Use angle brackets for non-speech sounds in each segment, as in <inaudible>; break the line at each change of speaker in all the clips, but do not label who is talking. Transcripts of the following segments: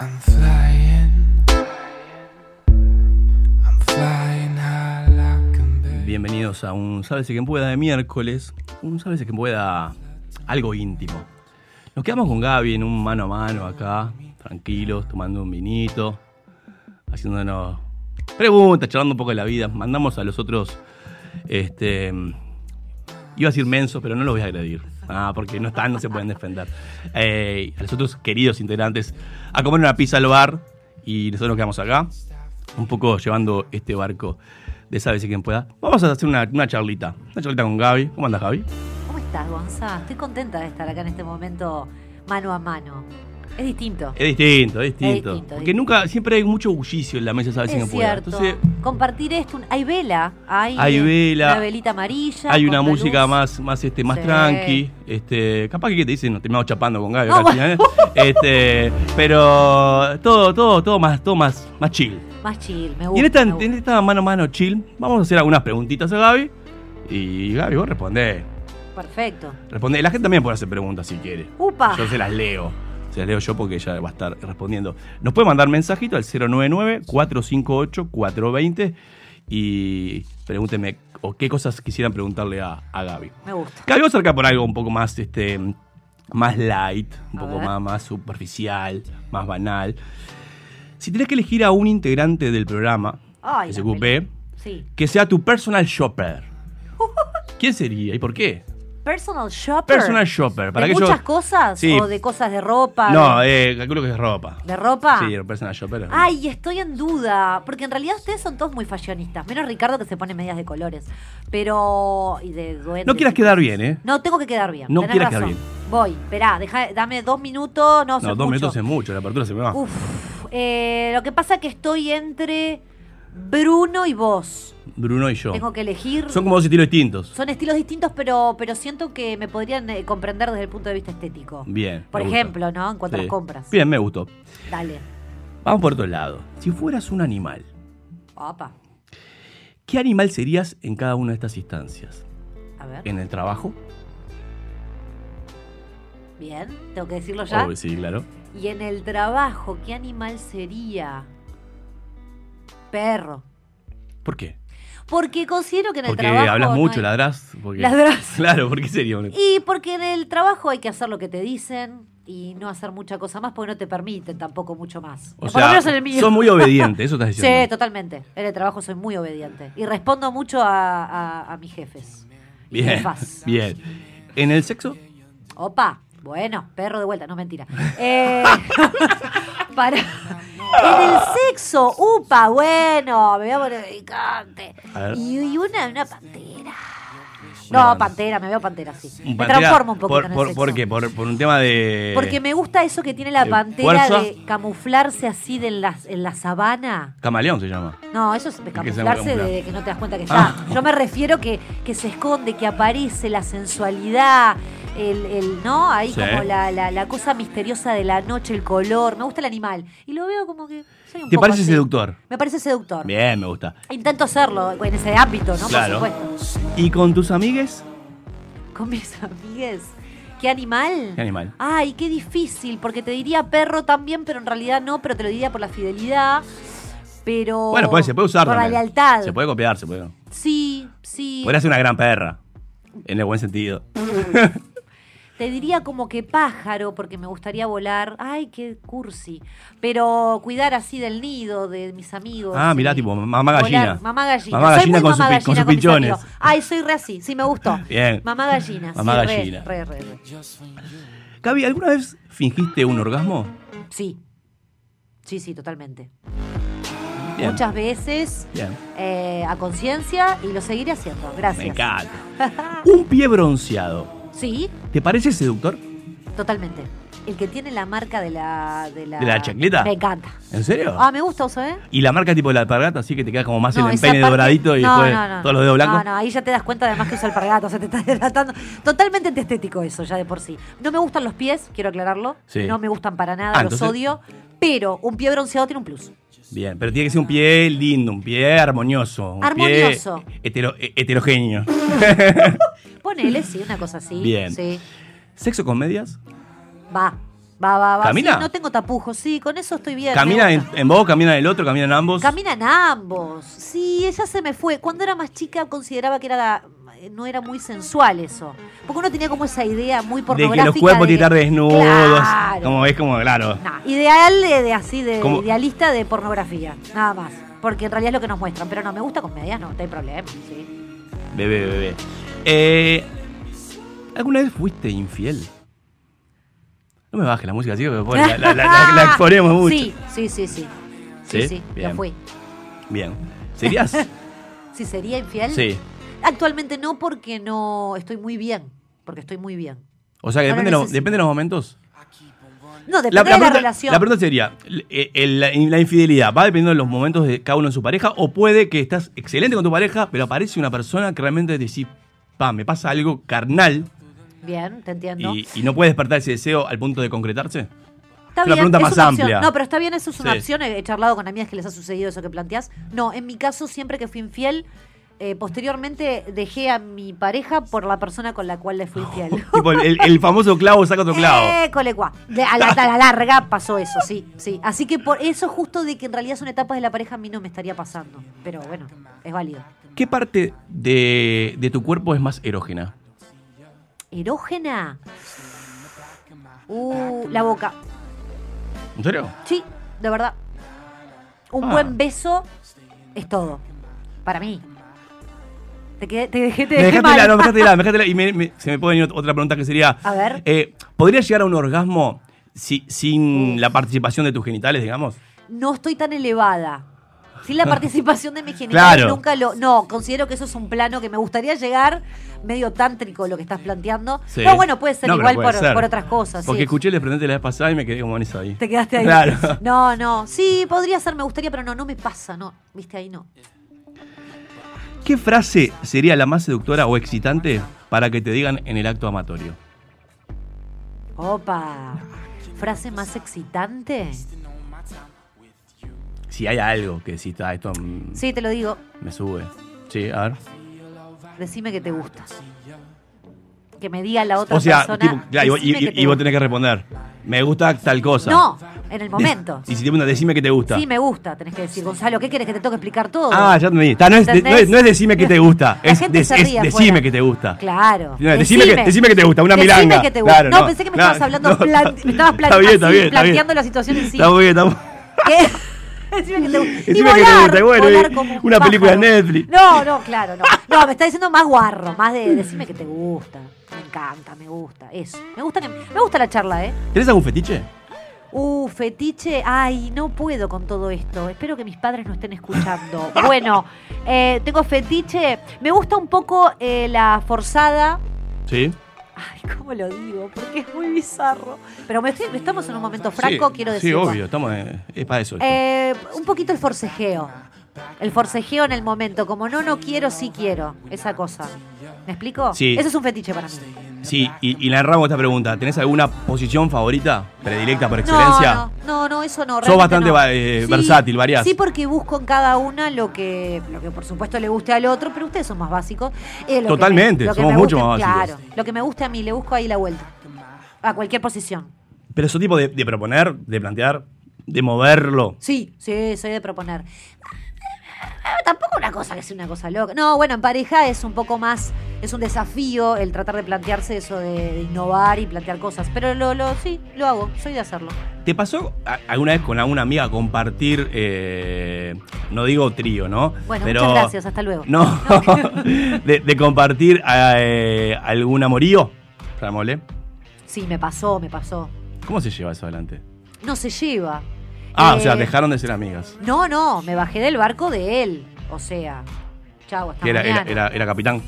I'm flying. I'm flying high like a bird.
Bienvenidos a un Sábese quien pueda de miércoles, un Sábese quien pueda algo íntimo. Nos quedamos con Gaby en un mano a mano acá, tranquilos, tomando un vinito, haciéndonos preguntas, charlando un poco de la vida. Mandamos a los otros, este, iba a decir mensos, pero no los voy a agredir. Ah, porque no están, no se pueden defender. Eh, a los otros queridos integrantes a comer una pizza al bar y nosotros nos quedamos acá, un poco llevando este barco de sabe si quien pueda. Vamos a hacer una, una charlita, una charlita con Gaby. ¿Cómo andas, Gaby?
¿Cómo estás, Gonza? Estoy contenta de estar acá en este momento mano a mano. Es distinto.
Es distinto, es distinto.
distinto,
porque
distinto.
nunca, siempre hay mucho bullicio en la mesa, ¿sabes? si
es
no pueda.
cierto.
Entonces,
Compartir esto. un- Hay vela. Hay,
Hay vela.
Una velita amarilla.
hay
con
una
la
música
luz.
más, más, este, más
Sí.
tranqui. Este, capaz que te dicen, nos terminamos chapando con Gaby
No,
acá al final, ¿eh? Este, pero todo, todo, todo más, todo más, más chill.
Más chill. Me gusta.
Y en esta,
me gusta.
en esta mano a mano chill, vamos a hacer algunas preguntitas a Gaby. Y Gaby, vos respondés.
Perfecto.
Responde. La gente también puede hacer preguntas si quiere.
Upa.
Yo se las leo. Se las leo yo porque ella va a estar respondiendo. Nos puede mandar mensajito al 099-458-420 y pregúntenme o qué cosas quisieran preguntarle a, a Gaby.
Me gusta.
Gaby, vamos a acercar por algo un poco más, este, más light, un
A
poco
ver.
más, más superficial, más banal. Si tenés que elegir a un integrante del programa,
Ay,
que
la
se ocupe,
peli- Sí.
que sea tu personal shopper,
<laughs>
¿quién sería y por qué?
Personal shopper.
Personal shopper.
¿De
aquellos-
muchas cosas?
Sí.
¿O de cosas de ropa?
No, eh, calculo que es ropa.
¿De ropa? Ah,
Sí, personal shopper. es-
Ay, estoy en duda, porque en realidad ustedes son todos muy fashionistas, menos Ricardo que se pone medias de colores, pero y de duendes.
No quieras quedar bien, ¿eh?
No, tengo que quedar bien.
No
tenés
quieras quedar
razón.
bien.
Voy, esperá, deja, dame dos minutos, no,
No,
son
dos
mucho. Uh,
minutos es mucho, la apertura se me va.
Uf, eh, lo que pasa es que estoy entre Bruno y vos.
Bruno y yo.
Tengo que elegir.
Son como dos estilos distintos.
Son estilos distintos, pero, pero siento que me podrían eh, comprender desde el punto de vista estético.
Bien.
Por
me gusta.
ejemplo, ¿no? En cuanto a
Sí.
las compras.
Bien, me gustó.
Dale.
Vamos por otro lado. Si fueras un animal,
Opa.
¿qué animal serías en cada una de estas instancias?
A ver.
¿En el trabajo?
Bien, tengo que decirlo ya.
Obvio, sí, claro.
Y en el trabajo, ¿qué animal sería? Perro.
¿Por qué?
Porque considero que en el
Porque
trabajo.
hablas
no
mucho,
hay-
ladrás. Porque...
Ladrás.
<laughs> Claro, ¿por qué sería un...
Y porque en el trabajo hay que hacer lo que te dicen y no hacer mucha cosa más porque no te permiten tampoco mucho más.
O
Por lo
sea,
menos en el mío.
sos muy obediente, eso estás
<laughs> Sí,
diciendo.
totalmente. En el trabajo soy muy obediente. Y respondo mucho a, a- a mis jefes. Y
bien,
jefas.
bien. ¿En el sexo?
Opa, bueno, perro de vuelta, no
<laughs>
mentira. Eh, <laughs> para. En el sexo, upa, bueno, me voy a poner picante.
A ver.
Y, y una, una pantera.
Una
No,
pan-
pantera, me veo pantera, sí.
Un
me
pantera,
transformo un poquito
por,
en el
por,
sexo.
¿Por qué? Por, por un tema de...
Porque me gusta eso que tiene la
¿de
pantera
Eh, fuerza?
de camuflarse así de en, la, en la sabana.
Camaleón se llama.
No, eso es
que se
camuflarse
camufla.
de que no te das cuenta que está.
Ah.
Yo me refiero que, que se esconde, que aparece la sensualidad, el, el- ¿no? Ahí
Sí.
como la, la- la cosa misteriosa de la noche, el color. Me gusta el animal. Y lo veo como que soy un
¿Te
poco
parece
así.
seductor?
Me parece seductor.
Bien, me gusta.
Intento serlo en ese ámbito, ¿no?
Claro.
Por supuesto.
¿Y con tus amigues?
Con mis <laughs> amigues. ¿Qué animal?
¿Qué animal?
Ay, qué difícil, porque te diría perro también, pero en realidad no, pero te lo diría por la fidelidad. Pero.
Bueno, pues, se puede usar
Por la
también.
lealtad.
Se puede copiar, se puede.
Sí, sí.
Podría ser una gran perra. En el buen sentido.
<laughs> Te diría como que pájaro, porque me gustaría volar. Ay, qué cursi. Pero cuidar así del nido de mis amigos.
Ah, mirá,
y
tipo mamá gallina.
volar. Mamá gallina.
Mamá
Soy
gallina
muy
con su pi- con sus
mis
pichones.
amigos. Ay, soy re así. Sí, me gustó.
Bien.
Mamá gallina. sí,
Mamá
re,
gallina.
re, re, re.
Gaby, ¿alguna vez fingiste un orgasmo?
Sí. Sí, sí, totalmente.
Bien.
Muchas veces
Bien.
eh, a conciencia y lo seguiré haciendo. Gracias.
Me encanta. un pie bronceado.
<laughs> Sí,
¿Te parece seductor?
totalmente. El que tiene la marca de la. ¿De la,
¿De la chancleta?
Me encanta.
¿En serio?
Ah, me gusta, ¿sabes?
Y la marca tipo de la alpargata, así que te queda como más el
esa
empeine
parte-
doradito y
no,
después
no, no.
todos los dedos blancos.
No, no, ahí ya te das cuenta además que usa alpargatas, o sea, te estás delatando. Totalmente antiestético eso, ya de por sí. No me gustan los pies, quiero aclararlo.
Sí.
No me gustan para nada,
Ah,
los
entonces-
odio. Pero un pie bronceado tiene un plus.
Bien, pero tiene que ser un pie lindo, un pie armonioso. Un
Armonioso.
Pie hetero- he- heterogéneo.
Ponele, sí, una cosa así.
Bien.
Sí.
¿Sexo con medias?
Va. Va, va, va.
¿Camina?
Sí, no tengo tapujos, sí, con eso estoy bien. me
¿Camina en,
gusta.
en vos, camina en el otro, caminan ambos?
Caminan ambos. Sí, ella se me fue. Cuando era más chica consideraba que era no era muy sensual eso. Porque uno tenía como esa idea muy
de
pornográfica.
que los cuerpos
de
tienen que estar
que-
desnudos.
Claro.
Como es como, claro.
Nah, ideal de, de así, de
Como-
idealista de pornografía. Nada más. Porque en realidad es lo que nos muestran. Pero no, me gusta con medias, no, no hay problema. Sí.
Bebé, bebé. Eh, ¿Alguna vez fuiste infiel? No me bajes la música, chicos, porque la, la- la- la-
<laughs>
la exponemos mucho.
Sí, sí, sí, sí.
¿Sí?
sí,
Bien.
lo fui.
Bien. ¿Serías?
<laughs> Si sería infiel.
sí.
Actualmente no, porque no estoy muy bien. Porque estoy muy bien.
O sea que
No lo
depende, de los-
necesito.
depende de los momentos.
No, depende de la
pregunta,
relación.
la pregunta sería, eh, el- la, la infidelidad va dependiendo de los momentos de cada uno en su pareja o puede que estás excelente con tu pareja, pero aparece una persona que realmente te dice, pa, me pasa algo carnal
Bien, te entiendo.
y, y no puedes despertar ese deseo al punto de concretarse?
Está
Es una
bien,
pregunta
es
más
una
amplia.
opción. No, pero está bien, eso es una
Sí.
opción. He he charlado con amigas que les ha sucedido eso que planteás. No, en mi caso, siempre que fui infiel, eh, posteriormente dejé a mi pareja por la persona con la cual le
Oh, <laughs>
fui infiel.
Tipo, el, el- el famoso clavo saca otro clavo.
École, cuá. De- a, la, a la larga pasó eso, sí, sí. Así que por eso justo de que en realidad son etapas de la pareja a mí no me estaría pasando. Pero bueno, es válido.
¿Qué parte de, de tu cuerpo es más erógena?
Erógena. Uh, la boca.
¿En serio?
Sí, de verdad. Un
Ah.
buen beso es todo. Para mí. Te, quedé- te dejé, te
Me
dejé
dejaste
mal.
la, no, me dejaste la,
<laughs>
me dejaste la- y me- me- se me puede venir otra pregunta que sería...
A ver.
eh, ¿Podrías llegar a un orgasmo si- sin la participación de tus genitales, digamos?
No estoy tan elevada.
<laughs>
Sin la participación de mi genitales
Claro.
nunca lo. No, considero que eso es un plano que me gustaría llegar medio tántrico lo que estás planteando.
Sí.
No, bueno, puede ser
No, pero
igual
puede
por,
ser.
por otras cosas.
Porque
sí.
escuché el desprendente la vez pasada y me quedé como en eso ahí.
Te quedaste ahí. <laughs>
Claro.
No, no. Sí, podría ser, me gustaría, pero no, no me pasa, no. Viste, ahí no.
¿Qué frase sería la más seductora o excitante para que te digan en el acto amatorio?
Opa. Frase más excitante.
Si hay algo que decís, "Ah, esto mm,
Sí, te lo digo.
me sube. Sí, a ver.
Decime que te gusta. Que me diga la otra
o sea,
persona.
tipo, claro, y,
decime
y-
que te
y vos
gusta.
tenés que responder. Me gusta tal cosa.
No, en el momento.
De- y si te preguntan, decime que te gusta.
Sí, me gusta, tenés que decir. Gonzalo, ¿qué querés que te tengo que explicar todo?
Ah, ya entendí. Está, no, es, de- no, es,
¿Entendés?
no es decime que te gusta.
La
es
gente
de-
se
es
ríe
decime
afuera.
que te gusta.
Claro.
No, decime que- decime que te gusta, una
decime
milanga.
que te gusta.
Claro,
no,
no,
pensé que me
claro,
estabas hablando,
no,
plan- me estabas plan-
está bien, está
así,
bien, está bien.
planteando la situación en sí.
Está muy bien, está muy-
¿Qué? <laughs> Decime que te gusta. Y
<laughs> Decime que te
volar,
gusta, bueno,
volar
y
como un
una película
pájaro.
de Netflix.
No, no, claro, no. No, me está diciendo más guarro, más de decime que te gusta. Me encanta, me gusta, eso. Me gusta, que, me gusta la charla, ¿eh?
¿Tenés algún fetiche?
Uh, fetiche. Ay, no puedo con todo esto. Espero que mis padres no
<laughs>
estén escuchando. Bueno, eh, tengo fetiche. Me gusta un poco eh, la forzada. <laughs>
Sí.
Ay, ¿cómo lo digo? Porque es muy bizarro. Pero me estoy- estamos en un momento franco,
Sí,
quiero
Sí,
decir.
obvio, estamos, eh, es para eso. esto.
Eh, un poquito el forcejeo. El forcejeo en el momento. Como no, no quiero, sí quiero. Esa cosa. ¿Me explico?
Sí.
Eso es un fetiche para mí.
Sí, y, y le enramos esta pregunta. ¿Tenés alguna posición favorita, predilecta por excelencia?
No, no, no, no, eso no.
Sos
realmente
bastante
no.
va- eh, versátil, variás.
Sí, porque busco en cada una lo que, lo que por supuesto le guste al otro, pero ustedes son más básicos. Eh, lo que
Totalmente,
lo que
somos
guste-
mucho más básicos.
Claro, lo que me guste a mí, le busco ahí la vuelta. A cualquier posición.
Pero eso tipo de, de proponer, de plantear, de moverlo.
Sí, sí, soy de proponer. Tampoco una cosa que sea una cosa loca. No, bueno, en pareja es un poco más, es un desafío el tratar de plantearse eso de, de innovar y plantear cosas. Pero lo, lo, sí, lo hago, soy de hacerlo.
¿Te pasó a- alguna vez con alguna amiga compartir, eh, no digo trío, ¿no?
Bueno, muchas gracias, hasta luego.
No, <laughs> de, de compartir eh, algún amorío, Ramole.
Sí, me pasó, me pasó.
¿Cómo se lleva eso adelante?
No se lleva.
Ah, o
Eh,
sea, dejaron de ser amigas.
No, no, me bajé del barco de él. O sea, chau, hasta
Que era, era,
mañana.
era- era capitán.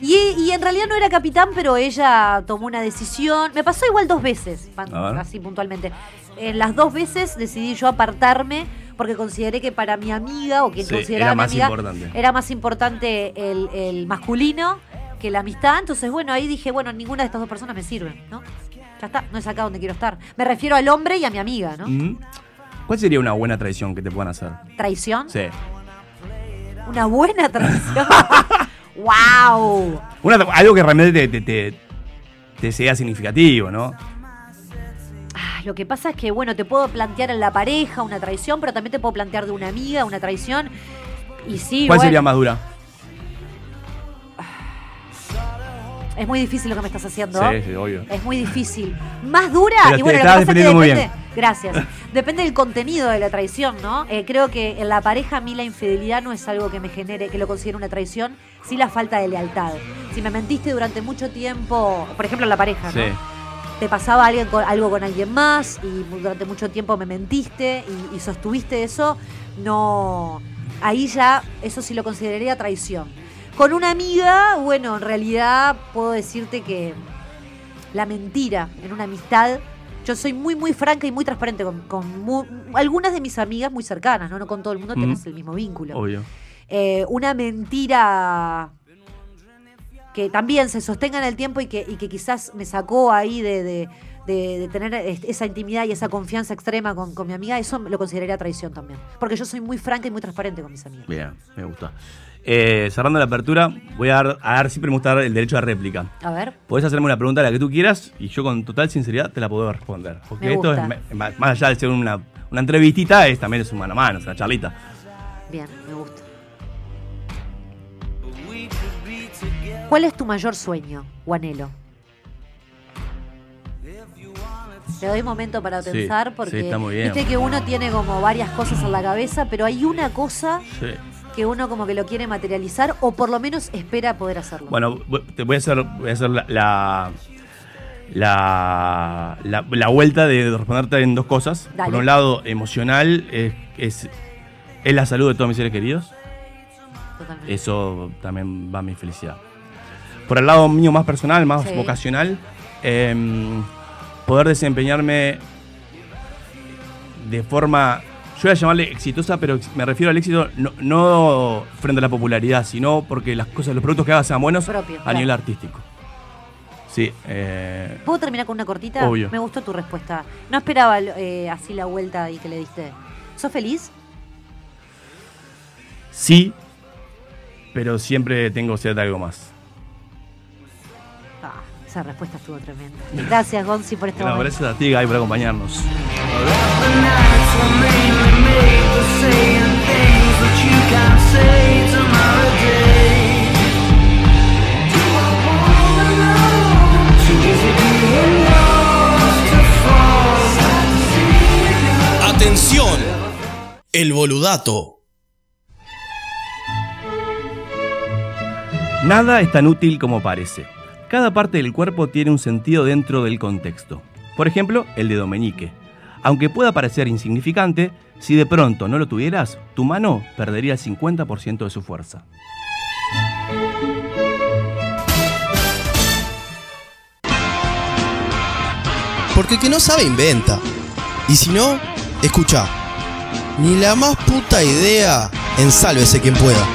Y, y en realidad no era capitán, pero ella tomó una decisión. Me pasó igual dos veces, pan-
A ver.
así puntualmente. En las dos veces decidí yo apartarme porque consideré que para mi amiga o quien
Sí,
consideraba
era
mi
más
amiga,
importante.
era más importante el, el masculino que la amistad. Entonces, bueno, ahí dije, bueno, ninguna de estas dos personas me sirve, ¿no? Ya está, no es acá donde quiero estar. Me refiero al hombre y a mi amiga, ¿no?
Mm. ¿Cuál sería una buena traición que te puedan hacer?
Traición.
Sí.
Una buena
<laughs>
traición. ¡Wow!
Una- algo que realmente te, te, te- te sea significativo, ¿no?
Ah, Lo que pasa es que, bueno, te puedo plantear en la pareja una traición, pero también te puedo plantear de una amiga una traición. Y sí,
¿Cuál
bueno,
sería más dura?
es muy difícil lo que me estás haciendo. ¿ah?
Sí, sí, obvio.
Es muy difícil. Más dura.
Pero
y
te
bueno, lo que
estabas
pasa es que
defendiendo muy
depende- Gracias. Depende del contenido de la traición, ¿no? Eh, creo que en la pareja a mí la infidelidad no es algo que me genere, que lo considere una traición, sí la falta de lealtad. Si me mentiste durante mucho tiempo, por ejemplo en la pareja, ¿no?
Sí.
te pasaba alguien con- algo con alguien más y durante mucho tiempo me mentiste y, y sostuviste eso, no. Ahí ya eso sí lo consideraría traición. Con una amiga, bueno, en realidad puedo decirte que la mentira en una amistad. Yo soy muy, muy franca y muy transparente con, con mu- algunas de mis amigas muy cercanas, ¿no? No con todo el mundo
Mm.
tenés el mismo vínculo
Obvio.
eh, una mentira que también se sostenga en el tiempo y que, y que quizás me sacó ahí de, de- de- de tener es- esa intimidad y esa confianza extrema con, con mi amiga, eso lo consideraría traición también. Porque yo soy muy franca y muy transparente con mis amigas.
Bien, me gusta. Eh, cerrando la apertura, voy a dar, a dar siempre me gusta dar el derecho a réplica.
A ver,
Podés hacerme una pregunta la que tú quieras y yo con total sinceridad te la puedo responder. Porque
Me
esto es,
gusta.
me- más más allá de ser una, una entrevistita, es, también es un mano a mano, es una charlita.
bien, me gusta. ¿Cuál es tu mayor sueño o anhelo? Te doy momento para
Sí,
pensar
sí,
porque
está muy bien.
viste que uno tiene como varias cosas en la cabeza, pero hay una cosa
Sí.
que uno como que lo quiere materializar o por lo menos espera poder hacerlo.
Bueno, vo- te voy a hacer, voy a hacer la, la, la, la- la vuelta de responderte en dos cosas.
Dale.
Por un lado, emocional es, es, es la salud de todos mis seres queridos.
Totalmente.
Eso también va a mi felicidad. Por el lado mío más personal, más
Sí.
vocacional, em, poder desempeñarme de forma, yo voy a llamarle exitosa, pero ex- me refiero al éxito no, no frente a la popularidad, sino porque las cosas, los productos que haga sean buenos
Propio,
a
claro.
nivel artístico. Sí, eh,
¿Puedo terminar con una cortita?
Obvio.
Me gustó tu respuesta. No esperaba eh, así la vuelta ahí que le diste. ¿Sos feliz?
sí, pero siempre tengo sed de algo más.
Ah, esa respuesta estuvo tremenda. Gracias, Gonzi, por este
Bueno,
momento.
gracias a ti, Guy, por acompañarnos.
Atención, el boludato.
Nada es tan útil como parece. Cada parte del cuerpo tiene un sentido dentro del contexto. Por ejemplo, el dedo meñique. Aunque pueda parecer insignificante, si de pronto no lo tuvieras, tu mano perdería el 50% de su fuerza.
Porque el que no sabe inventa. Y si no, escucha. Ni la más puta idea, ensálvese quien pueda.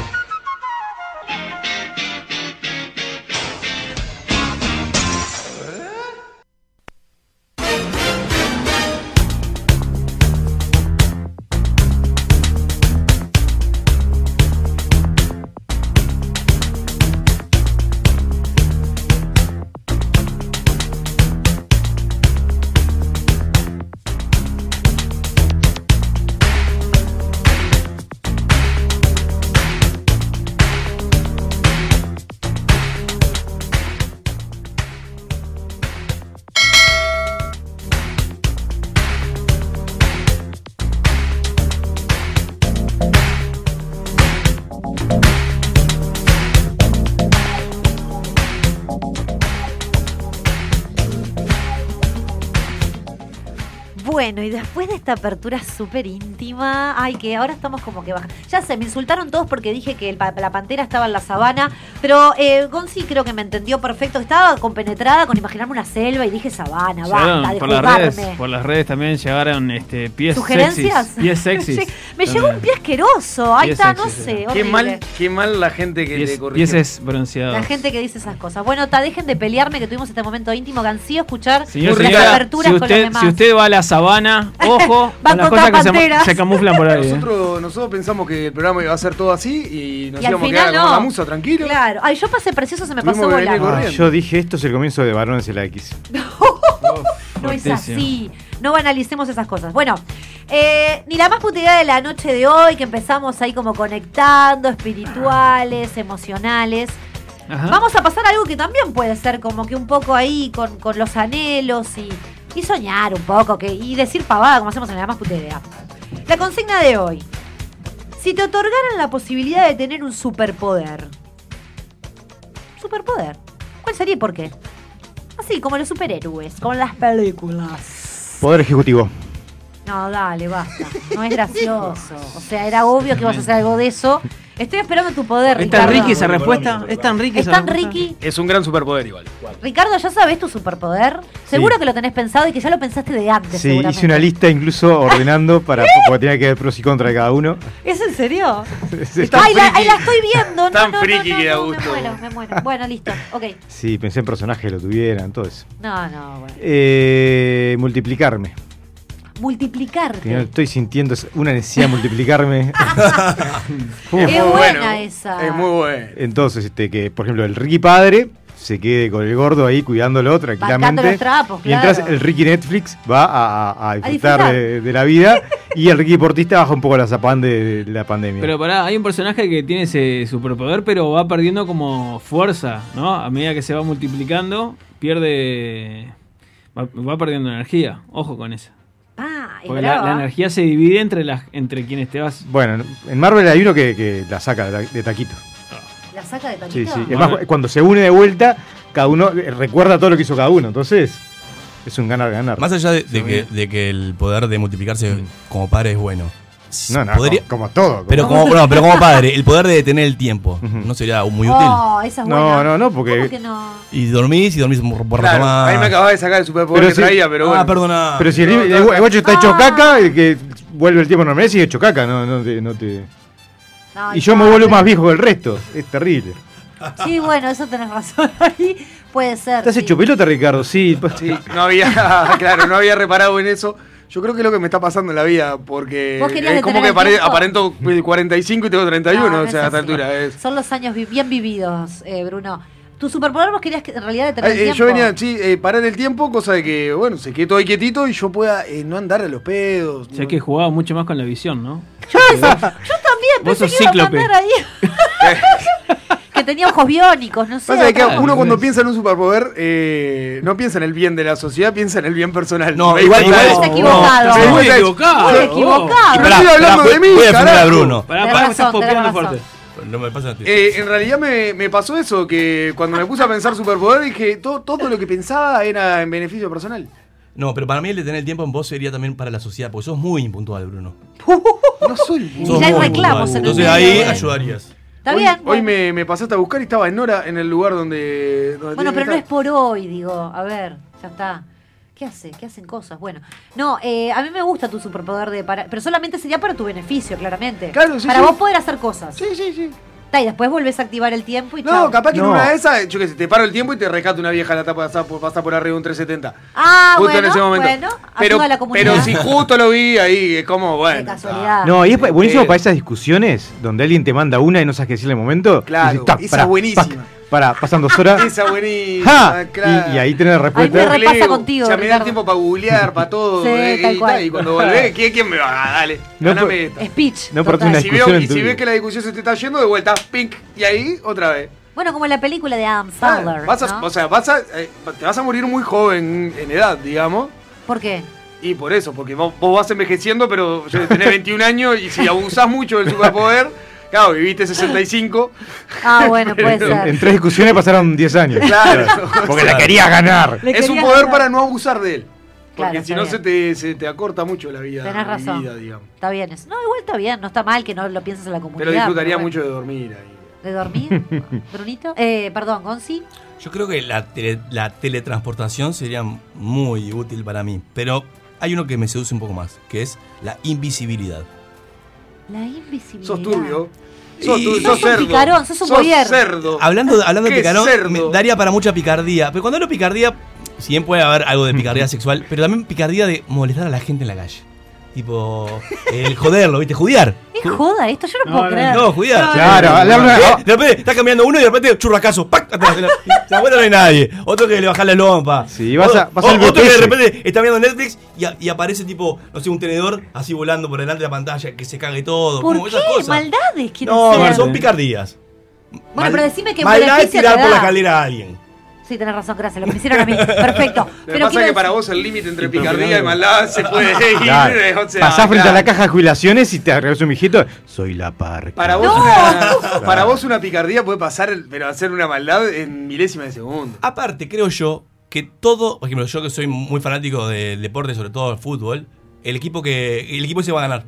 Bueno, y después de esta apertura súper íntima, ay, que ahora estamos como que baja. Ya sé, me insultaron todos porque dije que el pa- la pantera estaba en la sabana, pero eh, Gonzi creo que me entendió perfecto. Estaba compenetrada con imaginarme una selva y dije sabana,
Llegaron
basta de
por
jugarme.
las redes, por las redes también llegaron este, pies
¿Sugerencias?
sexys. Pies sexys.
<laughs> Sí, Me llegó
También.
un pie asqueroso. Ahí
Pies
está, no
sexys, sí.
sé.
Qué
horrible.
mal, qué mal la gente que te
Pies,
corrigió.
pieses bronceados.
La gente que dice esas cosas. Bueno, ta, dejen de pelearme que tuvimos este momento íntimo. que ansío escuchar
Señor,
las
señora, si
aperturas con los
usted,
demás.
si
<laughs>
usted va a la sabana, ojo,
Va a
con las
encontrar
cosas que se ma-
panteras.
se, camuflan
<laughs>
por ahí. eh.
Nosotros, nosotros pensamos que el programa iba a ser todo así y nos
y al
íbamos a
final
quedar
no.
como la musa, tranquilo.
Claro. Ay, yo pasé precioso, se me
Ah,
Tuvimos
pasó
que venir
volando.
corriendo.
yo dije, esto es el comienzo de Varones en la X.
no es
Fuertísimo.
así. No banalicemos esas cosas. Bueno, eh, ni la más puta idea de la noche de hoy, que empezamos ahí como conectando, espirituales, emocionales.
Ajá.
Vamos a pasar a algo que también puede ser como que un poco ahí con, con los anhelos y, y soñar un poco que, y decir pavada como hacemos en la más puta idea. La consigna de hoy. Si te otorgaran la posibilidad de tener un superpoder. Superpoder. ¿Cuál sería y por qué? Así, como los superhéroes, como en las películas.
Poder ejecutivo.
No, dale, basta. No es gracioso. O sea, era obvio que ibas a hacer algo de eso. Estoy esperando tu poder,
¿Es tan
Ricardo.
Ricky esa respuesta? ¿Es tan Ricky
¿Es
esa
tan
respuesta?
Ricky?
Es un gran superpoder igual.
Ricardo, ¿ya sabes tu superpoder? Seguro que lo tenés pensado y que ya lo pensaste de antes.
Sí,
seguramente.
hice una lista incluso ordenando para porque tenía que ver pros y contras de cada uno.
¿Es en serio?
<laughs> Sí,
Ay, la, ay, la estoy viendo. No,
Tan
no, no,
friki
no,
que da
no, Me
gusto.
muero, me muero. Bueno, listo. Ok.
Sí, pensé en personajes que lo tuvieran, todo eso.
No, no, bueno.
Eh, multiplicarme. Que no
Multiplicarte.
estoy sintiendo es una necesidad de multiplicarme.
Es
Uf.
buena esa.
Es muy bueno.
Entonces, este, que por ejemplo el Ricky padre se quede con el gordo ahí cuidándolo tranquilamente.
Bancando los trapos,
mientras
claro.
el Ricky Netflix va a, a- a disfrutar,
disfrutar.
De, de la vida y el Ricky deportista baja un poco la zapán de, de la pandemia.
Pero pará, hay un personaje que tiene ese superpoder, pero va perdiendo como fuerza, ¿no? A medida que se va multiplicando, pierde. Va, va perdiendo energía. Ojo con eso.
Ah, es
Porque la,
brava.
la energía se divide entre, las, entre quienes te vas.
Bueno, en Marvel hay uno que, que la saca de ta- de taquito.
¿La saca de
Sí,
taquito?
sí. Es más, cu- cuando se une de vuelta, cada uno eh, recuerda todo lo que hizo cada uno. Entonces, es un ganar-ganar.
Más allá de, de que, de que el poder de multiplicarse como padre es bueno.
No, no,
Podría-
como, como todo. como-
pero, como, no,
<laughs>
pero como padre, el poder de detener el tiempo
Ujú.
no sería muy útil.
Oh, esa es
No,
buena.
no, no, porque-
¿Cómo que no?
Y dormís y dormís por por la
Claro,
cama.
a mí me acabas de sacar el superpoder
Pero
que
sí.
traía, pero bueno.
Ah, perdona.
pero si el,
no,
el-
no,
el
no.
guacho está
Ah.
hecho caca, el que vuelve el tiempo normal, sigue hecho caca, no, no te- No te...
No,
Y yo
no,
me vuelvo
pero-
más viejo que el resto. Es terrible.
Sí, bueno, eso tenés razón <laughs> ahí. Puede ser.
¿Estás
sí.
hecho pelota, Ricardo? Sí. pa-
Sí, no había, <laughs> claro, no había reparado en eso. Yo creo que es lo que me está pasando en la vida, porque
¿Vos querías
es como que
detener el
apare-
tiempo?
aparento 45 y tengo 31,
No, no
o sea,
es
a esta
así.
altura. es-
Son los años vi- bien vividos, eh, Bruno. Tu superpoder vos querías que en realidad
Ah,
detener el
eh,
tiempo.
yo venía, sí, eh, parar el tiempo, cosa de que, bueno, se quede todo ahí quietito y yo pueda eh, no andar a los pedos.
O sea que jugaba mucho más con la visión, ¿no?
Yo también
Vos
pensé
sos
que iba a
cíclope.
mandar ahí.
<laughs>
<laughs> que tenía ojos biónicos, no sé.
Pasa que
otra-
claro,
uno cuando
es-
piensa en un superpoder, eh, no piensa en el bien de la sociedad, piensa en el bien personal.
No,
Me
igual-
di
igual-
cuenta de eso.
Está equivocado.
Me di
Muy
cuenta de eso.
equivocado.
Muy
Yo-
equivocado.
Y
Pero estoy hablando
pará,
de mí,
voy a defender a
carajo.
Bruno.
Pará,
Tenés
pará, me estás
razón, tenés
popeando
razón.
fuerte.
No me pasa a ti.
Eh, en realidad me, me pasó eso, que cuando me puse a pensar superpoder dije, todo, todo lo que pensaba era en beneficio personal.
No, pero para mí el detener el tiempo en vos sería también para la sociedad, porque sos muy impuntual, Bruno.
No soy...
Sos
ya hay
muy impuntual.
reclamos en el
Entonces
medio,
ahí
¿eh?
ayudarías.
Está
hoy,
bien.
Hoy
bueno.
me, me pasaste a buscar y estaba en Nora, en el lugar donde... donde tenía
Bueno, pero no
que
es
estar.
por hoy, digo. A ver, ya está. ¿Qué hace? ¿Qué hacen cosas? Bueno, no, eh, a mí me gusta tu superpoder de para, pero solamente sería para tu beneficio, claramente.
Claro, sí,
Para
sí.
vos poder hacer cosas.
Sí, sí, sí.
Está, y después volvés a activar el tiempo y
No,
chau.
capaz que en
No.
una de esas, yo qué sé, te paro el tiempo y te rescato una vieja la tapa pasa por, pasa por arriba de un 370.
Ah,
justo
bueno,
en ese momento.
bueno,
pero,
ayuda a la comunidad. <laughs>
pero si justo lo vi ahí, es como,
Qué
bueno.
casualidad.
No, y es pa- buenísimo
Pero-
para esas discusiones donde alguien te manda una y no sabes qué decirle en el momento. y
Claro,
dices, "Ta,
esa
pará,
buenísima.
pac, Pará, pasan dos horas.
<laughs> Esa buenísima,
¡Ja!
claro.
Y, y ahí tenés la
Ahí
respuesta.
me repasa contigo,
Ya me da
Ricardo.
el tiempo para googlear, para todo.
Sí,
eh,
tal
y,
cual.
tal, y
<laughs>
cuando volvés, ¿quién, quién me va? Ah, Dale,
No,
ganame
pero-
esta.
Speech.
No, pero
total.
tiene
Si veo-
discusión en
y si
tu
ves
vida.
que la discusión se te está yendo, de vuelta, pink, y ahí otra vez.
Bueno, como la película de Adam
Ah,
Sandler.
vas a-
¿no?
O sea, vas a, eh, te vas a morir muy joven en edad, digamos.
¿Por qué?
Y por eso, porque vos, vos vas envejeciendo, pero
<laughs>
yo tenés 21 años y si abusás mucho del superpoder, claro, viviste 65.
Ah, bueno, puede
En, en
ser.
tres discusiones pasaron 10 años.
Claro.
Porque la quería ganar.
Le
es un
quería
poder
ganar.
para no abusar de él. Porque
Claro,
si
está
no
bien.
se te, se te acorta mucho la vida.
Tenés
la
razón.
vida, digamos.
Está bien eso. No, igual está bien. No está mal que no lo pienses en la comunidad.
Pero disfrutaría
pero bueno.
mucho de dormir ahí.
<laughs>
¿De dormir? ¿Brunito? Eh, perdón, Gonzi.
Yo creo que la, tele- la teletransportación sería muy útil para mí, pero hay uno que me seduce un poco más, que es la invisibilidad.
La invisibilidad.
Sos turbio. Sos,
Y-
tu-
Sos
sos
un
cerdo.
picarón, sos un boyer.
cerdo.
Hablando, hablando de
¡Qué
picarón,
cerdo!
me daría para mucha picardía, pero cuando hablo picardía, si bien puede haber algo de
<laughs>
picardía sexual, pero también picardía de molestar a la gente en la calle. Tipo, el joderlo, ¿viste? Judiar.
Es me joda esto, yo no, puedo
no,
creer.
No, cuidado.
Claro, la- la-
¿Eh? De repente está caminando uno y de repente churrascazo. ¡Pac! Atrás. Se da vuelta no hay nadie. Otro que le baja la lompa.
Sí, vas a-
Otro-
vas al
Otro que de
botellazo.
repente está mirando Netflix y, a- y aparece tipo, no sé, un tenedor así volando por delante de la pantalla, que se cague todo.
¿Por
como
qué?
esas cosas.
Maldades quieren
No,
ser.
son picardías.
Bueno, pero decime que
Maldad es
beneficio te
tirar por
da.
la escalera a alguien.
Sí, tenés razón, gracias. Lo que me hicieron a mí.
<laughs>
Perfecto.
Lo que pasa
Pero
es
quiero
que para
decir-
vos el límite entre picardía y maldad se puede
<laughs>
ir.
Claro.
<laughs> o sea,
Pasás Ah, frente a la
claro.
caja de jubilaciones y te arreglas un mijito. Soy la parca.
Para vos,
No. <laughs>
una, para vos una picardía puede pasar, pero hacer una maldad en milésima de segundo.
Ah,
Aparte, creo yo que todo, por ejemplo, yo que soy muy fanático del deporte, sobre todo el fútbol, el equipo que el equipo se va a ganar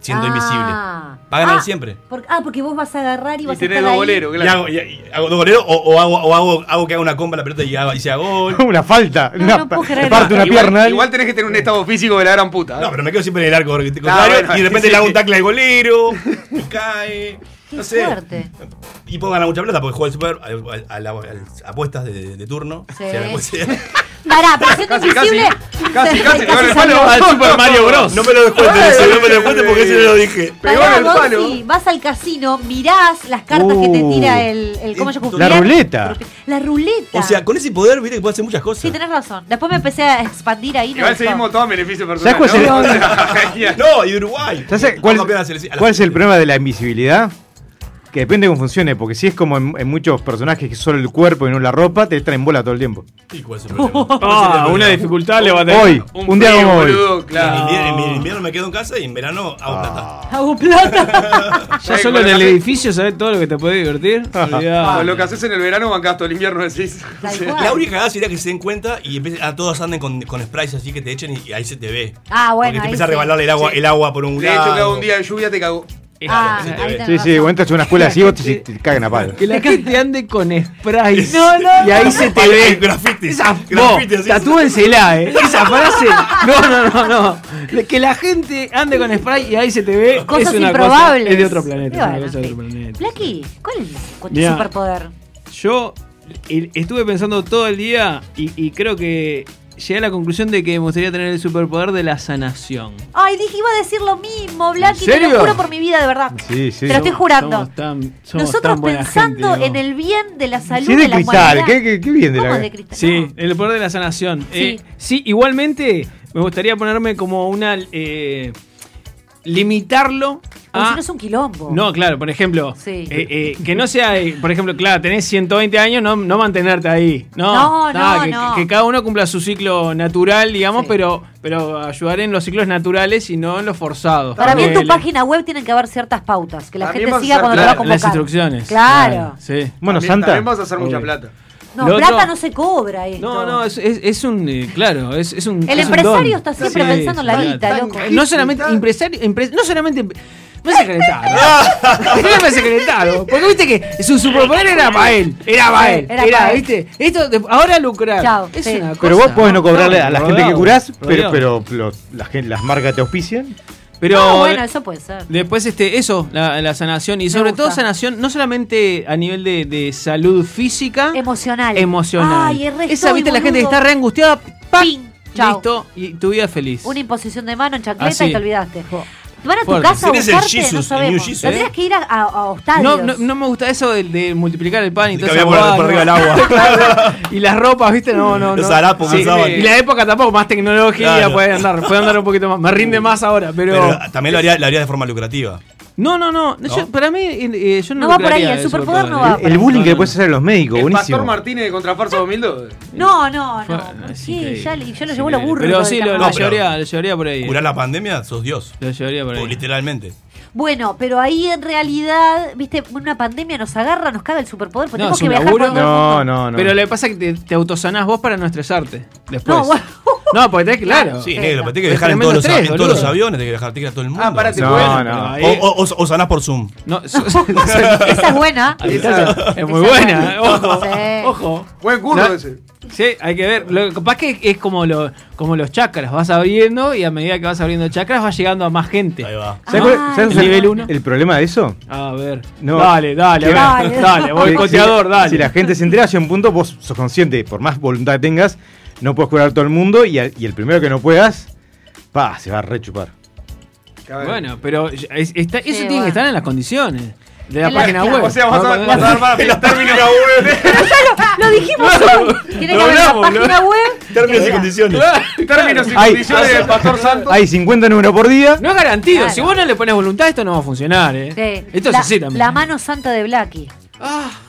siendo
Ah.
invisible. Va a ganar
Ah,
siempre.
por- ah, porque vos vas a agarrar y,
Y
vas a
tenés
estar
dos
ahí.
boleros,
Y hago,
claro.
y- y hago dos goleros o, o hago, o hago, hago que haga una comba la pelota y, haga- y sea gol.
Una falta.
No,
una
no
pa-
puedo creer.
te parte una
igual,
pierna.
igual tenés que tener un estado físico de la gran puta. ¿eh?
No, pero me quedo siempre en el arco contrario
bueno,
y de repente
sí,
le hago un
sí.
tackle al golero, y cae.
Qué
no sé.
fuerte.
Y puedo ganar mucha plata porque juego al super, al- al- al- al- apuestas de, de turno.
Sí.
sea la que <laughs> sea.
Pará, pero siendo
Casi,
invisible.
casi. Casi, casi, le pegó en el
Bueno,
palo.
al Super Mario Bros.
No me lo descuenten,
Ay,
ese, no me lo
ay,
descuenten
ay,
porque
ay.
ese no lo dije.
Pegó
Pará,
en el
vos
palo.
sí, vas al casino, mirás las cartas que te
Uh.
tira el. el ¿Cómo yo
La ruleta.
La ruleta.
O sea, con ese poder, viste que puede hacer muchas
<laughs>
cosas. <laughs>
Sí, tenés razón. Después me empecé a expandir ahí. no
Igual
gustó.
seguimos todo en beneficio personal.
¿Sabés cuál es el-
¿no? O <laughs> sea, genial.
No, y Uruguay.
¿Sabes cuál,
Campeón de la selección- a la
cuál es el
selección.
problema de la invisibilidad? Que depende de cómo funcione, porque si es como en, en muchos personajes que solo el cuerpo y no la ropa, te traen bola todo el tiempo.
Sí, ¿cuál es
<laughs>
el problema?
Ah, una dificultad le va a tener.
Hoy, un, día
frío,
como hoy. Ah.
boludo, claro.
En invierno, en invierno me quedo en casa y en verano hago plata.
Hago plata.
Ya solo en el edificio sabes todo lo que te puede divertir.
Ah.
Olvidá.
Con lo que haces en el verano bancás todo el invierno, decís.
Tal cual.
La única cagada sería que se den cuenta y empiecen- a todos anden con, con sprays así que te echen y, y ahí se te ve.
Ah,
Porque te
bueno, ahí
empieza a
sí.
rebalar el agua,
Sí.
el agua por un
De
lado.
hecho, cada un día de lluvia te cago.
Ah,
Claro,
ahí
sí,
tenés
Sí, sí,
razón.
vos entras a una escuela así vos te, te cagan a palo.
Que la gente ande con sprays.
No, no,
Y ahí
no.
se te
Palo,
ve.
graffiti.
Esa,
Graffiti,
vos,
así.
tatúensela, eh. Esa frase. No, no, no, no. Le- Que la gente ande con spray y ahí se te ve.
Cosas
es una cosa-
improbables.
es de otro planeta. es una
Bueno,
cosa de
sí.
otro planeta.
Blacky, ¿cuál es tu
Mirá.
superpoder?
Yo el- estuve pensando todo el día y, y creo que llegué a la conclusión de que me gustaría tener el superpoder de la sanación.
Ay, dije, iba a decir lo mismo, Blacky.
¿En
Te lo
serio?
juro por mi vida, de verdad.
Sí, sí.
Te lo estoy jurando.
Somos tan- somos
Nosotros
tan buena
pensando
gente, ¿no?
en el bien de la salud
Sí, es
de
de
la
cristal.
humanidad.
¿Qué, qué, qué bien de
¿Cómo
la.
de cristal?
Sí,
No.
el poder de la sanación.
Sí.
Eh, sí, igualmente me gustaría ponerme como una... eh, limitarlo
Porque si
a...
no es un quilombo.
Ah. No, claro, por ejemplo,
Sí.
eh, eh, que no sea, eh, por ejemplo, claro, tenés 120 años, no, no mantenerte ahí. No,
No,
nada,
no,
que,
no.
que cada uno cumpla su ciclo natural, digamos,
Sí.
pero, pero ayudar en los ciclos naturales y no en los forzados.
Para mí en tu
Ponele.
página web tienen que haber ciertas pautas, que la
También
gente
vas a
siga
hacer
cuando te va a
Claro,
claro,
convocar.
las instrucciones.
Claro.
sí.
Bueno,
También-
Santa.
También vas a hacer mucha
Obvio.
plata.
No,
Lo otro-
plata no se cobra esto.
No, no, es, es- es un, eh, claro, es, es un...
El
es un
empresario
don.
está siempre
Sí,
pensando en la
sí.
guita, loco.
No solamente empresario, empre- no solamente empre- me hace calentar.
Ah.
¿no? No me hace calentar, ¿no? Porque viste que su superpoder era para él. <laughs> Era para él.
Era
Era,
pa' él.
viste. Esto de- ahora lucrar.
Chao,
Es
sí.
una cosa.
Pero vos podés no cobrarle
No,
a la
rodeado,
gente que curás, pero,
rodeado.
pero los- la gen- las marcas te auspician.
Pero eh,
No, Ah, bueno, eso puede ser.
Después este, eso, la, la sanación. Y sobre
gusta.
todo sanación, no solamente a nivel de, de salud física.
Emocional.
Emocional.
Ay, eh. el resto
Esa, viste, la gente que está re angustiada. ¡pam!
Pin, chao.
Listo. Y tu vida feliz.
Una imposición de mano en chancleta
Así.
y te olvidaste. Van a tu
Fuerte.
casa a
Eres el
buscarte,
Jesus,
no
el
sabemos.
New Jesus. ¿eh?
Tendrías que ir a, a, a
No,
hostadios.
no, no me gusta eso de, de multiplicar el pan y
Que
todo eso.
había por- por arriba del <laughs> agua.
y las ropas, ¿viste? No, no, no.
Los harapos que usaban.
Y la época tampoco, más tecnología,
Claro. Uh.
puede andar, puede andar un poquito más. Me rinde más ahora, pero.
Pero ah, también lo haría, lo haría de forma lucrativa.
no, no, no. yo-
¿No?
para mí, eh, eh, yo no
No
lo
va por ahí,
crearía
el
eso,
superpoder no
perdón.
va.
El bullying que le puedes hacer a los médicos,
El Pastor
buenísimo.
Martínez de Contrafarsa 2002.
No, no, no.
Fue- es
sí,
increíble,
ya, le- yo lo
es
llevo los
increíble.
burros.
Pero sí, lo, lo
No, pero-
llevaría, lo llevaría por ahí.
Curar la pandemia, sos Dios.
Lo llevaría por ahí.
Literalmente.
Bueno, pero ahí en realidad, viste, una pandemia nos agarra, nos cabe el superpoder, porque
No,
tenemos
es
que
un
viajar
laburo.
por todo el mundo.
No, no, no.
Pero lo que pasa es que te, te autosanás vos para no estresarte. Después.
No, bueno.
No, porque tenés, claro.
Sí,
Sí,
negro,
no.
pero tenés que
Es
dejar en todos, los,
tremendo
en
estrés,
todos los
boludo.
aviones, tenés que dejar tickets a todo el mundo.
Ah, parate,
No,
bueno.
no.
pero ahí-
O, o, o- o sanás por Zoom.
No,
<laughs> Esa es
Ah,
buena.
Esa es muy
<laughs>
Esa
buena, ojo.
Sí.
Ojo.
Buen curso
No.
ese.
Sí, hay que ver. Lo, capaz que es como, lo, como los chakras, vas abriendo y a medida que vas abriendo chakras vas llegando a más gente.
Ahí va.
¿Sabés cuál-
Ah,
sabés
el
cuál es
nivel uno.
El problema de eso.
A ver.
No.
Dale, dale, a ver.
Dale.
<laughs> Dale, boicoteador,
si,
dale.
Si la gente se entera, llega un punto, vos sos consciente, por más voluntad que tengas, no puedes curar a todo el mundo y, al- y el primero que no puedas, pa, se va a rechupar.
A ver.
Bueno, pero es- está- eso tiene
bueno.
que estar en las condiciones de la
En la-
página
claro.
web.
O sea, vas
No,
a,
no,
vas a
no.
dar
<laughs>
para los términos
Lo dijimos hoy. Tiene que
lo
haber una
hablamos, lo-
página web.
Términos y
Era.
condiciones.
términos y
Ay,
condiciones
<laughs>
del Pastor Santos.
Hay 50 números por día.
No es garantido.
Claro.
Si vos no le pones voluntad, esto no va a funcionar, ¿eh?
Sí.
Esto
la,
es así también. Ah.
La mano santa de Blackie.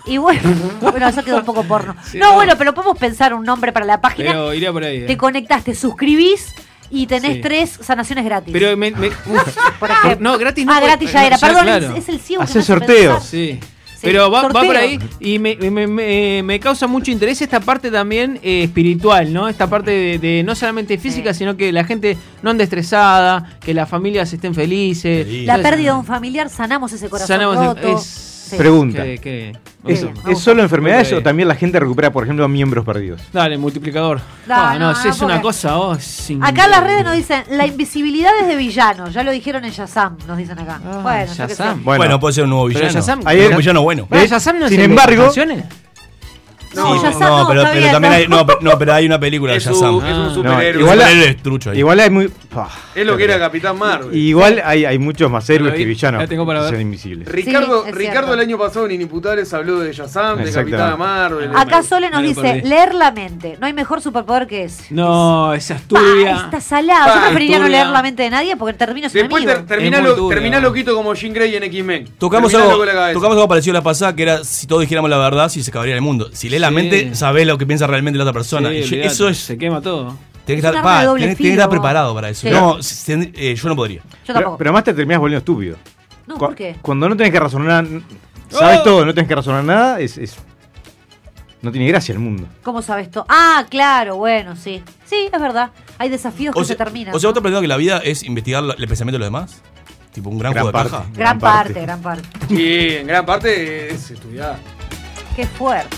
Y bueno, <laughs> bueno, eso quedó un poco porno. no, bueno, pero podemos pensar un nombre para la página.
Pero iría por ahí. ¿eh?
te conectás, te suscribís y tenés
Sí.
tres sanaciones gratis.
Pero me. me- uf.
<laughs> por ejemplo.
no, gratis no,
Ah,
pues,
gratis ya
no,
era.
ya,
Perdón,
claro.
es, es el ciego. que
Hace
me hace
sorteos.
pensar.
Sí. Pero va, va
sorteo.
por ahí y me, me- me- eh, me causa mucho interés esta parte también eh, espiritual, ¿no? Esta parte de, de no solamente física,
Sí.
sino que la gente no ande estresada, que las familias estén felices.
Feliz.
La
Entonces,
pérdida de un familiar, sanamos ese corazón
sanamos el-
roto.
es-
Sí.
Pregunta.
que- que-
¿Es,
Vamos,
es
vamos.
solo enfermedades
Vamos.
o también la gente recupera, por ejemplo, miembros perdidos?
Dale, multiplicador.
No,
Ah, no,
no,
es,
no,
es una
porque-
cosa, oh, sin-
Acá en las redes nos dicen, la invisibilidad es de villano. Ya lo dijeron en Shazam, nos dicen acá.
Ah,
bueno, yo qué sé.
Shazam.
Bueno,
Bueno,
puede ser un nuevo
Pero
villano.
Shazam-
Ahí es
Pero-
un villano bueno.
Pero Shazam no
Sin
se lee
embargo-
canciones.
No,
Sí,
Shazam no,
pero,
está
pero
bien,
también
no.
hay, no, pero, no, pero hay una película de
Es, un-
Shazam.
es un
Ah.
superhéroe.
No, igual-
Uh, Un superhéroe trucho ahí.
Igual hay muy. pa,
es lo que era Capitán Marvel.
Igual hay, hay muchos más héroes
Lo
que
vi,
villanos.
la tengo para
que
ver.
Son invisibles.
Ricardo,
Sí, es
Ricardo
cierto.
el año pasado en Inimputables habló de Shazam, de
Exactamente.
Capitán Marvel.
Acá Sole nos
Me lo
dice,
perdí.
leer la mente. No hay mejor superpoder que ese.
No, esa es
Pa,
turbia.
Ah, está salado. Yo
Pa,
preferiría no
turbia.
leer la mente de nadie porque termino sin
Después
amigo.
ter- termina,
Es muy
lo,
duro.
termina loquito como Jean Grey en X-Men.
Tocamos
Termina
algo,
loco en la cabeza.
tocamos algo parecido a la pasada, que era si todos dijéramos la verdad, si se acabaría el mundo. Si lees la
Sí.
mente, sabés lo que piensa realmente la otra persona.
Sí,
Y yo-
olvidate,
eso es.
Se quema todo.
Tenés
Es
que,
un
estar,
arma de
pa,
doble
tenés- tenés que estar
filo.
preparado para eso.
Sí.
No, si- si- eh, yo no podría.
Yo
Pero,
tampoco.
pero además te terminás volviendo estúpido.
no,
Cu-
¿por qué?
Cuando no tenés que razonar. Sabes todo, no tenés que razonar nada. Es, es- no tiene gracia el mundo.
¿Cómo sabes esto? Ah, claro, bueno, sí. Sí, es verdad. Hay desafíos que se terminan.
o sea,
¿no?
¿vos te planteado que la vida es investigar la- el pensamiento de los demás? Tipo un gran,
Gran
juego de
parte.
caja.
Gran
Gran
parte,
parte.
gran parte.
Sí, en gran parte es estudiar.
Qué fuerte.